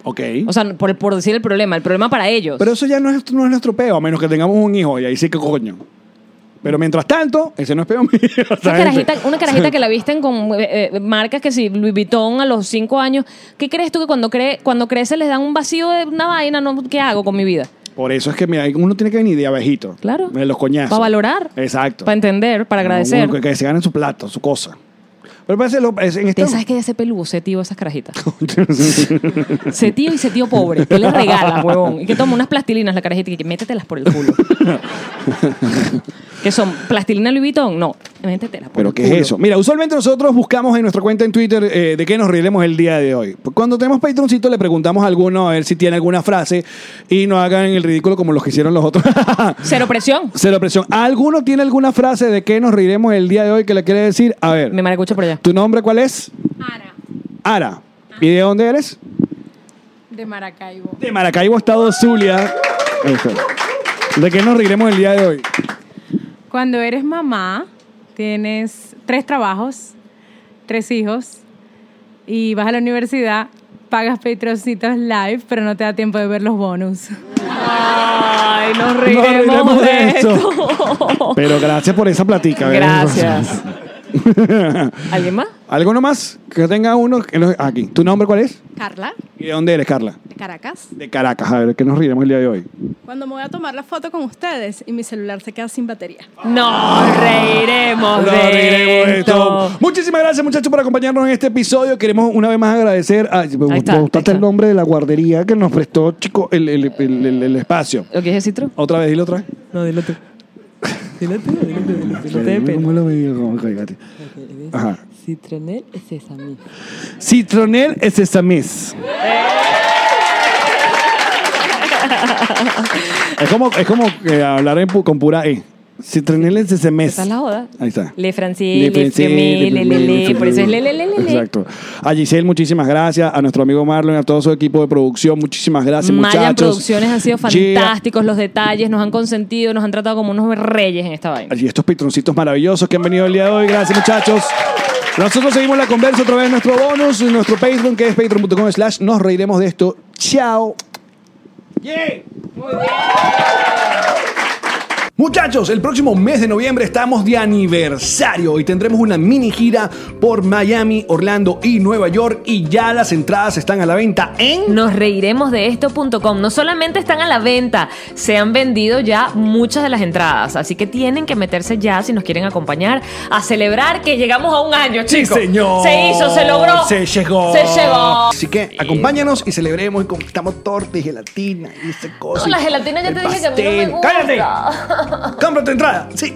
Ok. O sea, por, por decir el problema, el problema para ellos. Pero eso ya no es, no es nuestro peo, a menos que tengamos un hijo. Y ahí sí que coño. Pero mientras tanto, ese no es peo mío. una ¿sabes? carajita, una carajita que la visten con eh, eh, marcas que si Louis Vuitton a los cinco años, ¿qué crees tú que cuando, cree, cuando crece les dan un vacío de una vaina? No, ¿Qué hago con mi vida? Por eso es que mira, uno tiene que venir de abajito. Claro. De los coñazos. Para valorar. Exacto. Para entender, para agradecer. Uno que, que se ganen su plata, su cosa. Pero parece lo, es- en esta- ¿Sabes que ya se peludo, se tío esas carajitas? se tío y se tío pobre. ¿Qué le regala, huevón? Y que toma unas plastilinas la carajita y que métetelas por el culo. que son plastilina Louis Vuitton. No, pues. métetelas por Pero el ¿qué es culo. eso? Mira, usualmente nosotros buscamos en nuestra cuenta en Twitter eh, de qué nos reiremos el día de hoy. Pues Cuando tenemos Patroncito le preguntamos a alguno a ver si tiene alguna frase y no hagan el ridículo como los que hicieron los otros. Cero presión. Cero presión. ¿Alguno tiene alguna frase de qué nos reiremos el día de hoy que le quiere decir? A ver, Me maracucho por allá. ¿tu nombre cuál es? Ara, Ara. ¿Y de dónde eres? de Maracaibo. De Maracaibo, Estado Zulia. Eso. ¿De qué nos reiremos el día de hoy? Cuando eres mamá, tienes tres trabajos, tres hijos, y vas a la universidad, pagas Patroncitos Live, pero no te da tiempo de ver los bonus. Ay, nos reiremos de Pero gracias por esa platica. ¿verdad? Gracias. ¿Alguien más? ¿Alguno más? Que tenga uno. que no- Aquí. ¿Tu nombre cuál es? Carla, ¿Y de dónde eres, Carla? de Caracas. De Caracas. A ver, ¿qué nos reiremos el día de hoy? Cuando me voy a tomar la foto con ustedes y mi celular se queda sin batería. Nos reiremos Nos reiremos de de esto. esto. Muchísimas gracias, muchachos, por acompañarnos en este episodio. Queremos una vez más agradecer. A, me está, gustaste ahí está. el nombre de la guardería que nos prestó, chico, el, el- el- el- el espacio. ¿Lo quieres decir tú? Otra vez, dilo otra vez. No, dilo tú. Dilo tú, dilo tú, dilo tú. ¿Cómo lo veía? ¿Cómo? Cállate. Ajá. Citronel es esa Citronel es sesamis. es como, es como eh, hablar en pu- con pura E. Citronel es sesamis. Esa es la joda. Ahí está. Le Francis, le Fremé, le le le. Por eso es le le le le. le. Exacto. A Giselle, muchísimas gracias. A nuestro amigo Marlon, a todo su equipo de producción, muchísimas gracias, Mayan muchachos. Producciones han sido Gia- fantásticos, los detalles nos han consentido, nos han tratado como unos reyes en esta vaina. Y estos patroncitos maravillosos que han venido el día de hoy. Gracias, muchachos. Nosotros seguimos la conversa otra vez en nuestro bonus, en nuestro Patreon, que es patreon.com slash. Nos reiremos de esto. Chao. Muchachos, el próximo mes de noviembre estamos de aniversario y tendremos una mini gira por Miami, Orlando y Nueva York y ya las entradas están a la venta en... Nos reiremos de esto.com. No solamente están a la venta, se han vendido ya muchas de las entradas. Así que tienen que meterse ya si nos quieren acompañar a celebrar que llegamos a un año, chicos. señor. Se hizo, se logró. Se llegó. Se llegó. Así que acompáñanos y celebremos y conquistamos torta y gelatina y esa cosa. No, la gelatina ya El te dije que a mí no me pastel. gusta. ¡Cállate! ¡Cómprate entrada! Sí.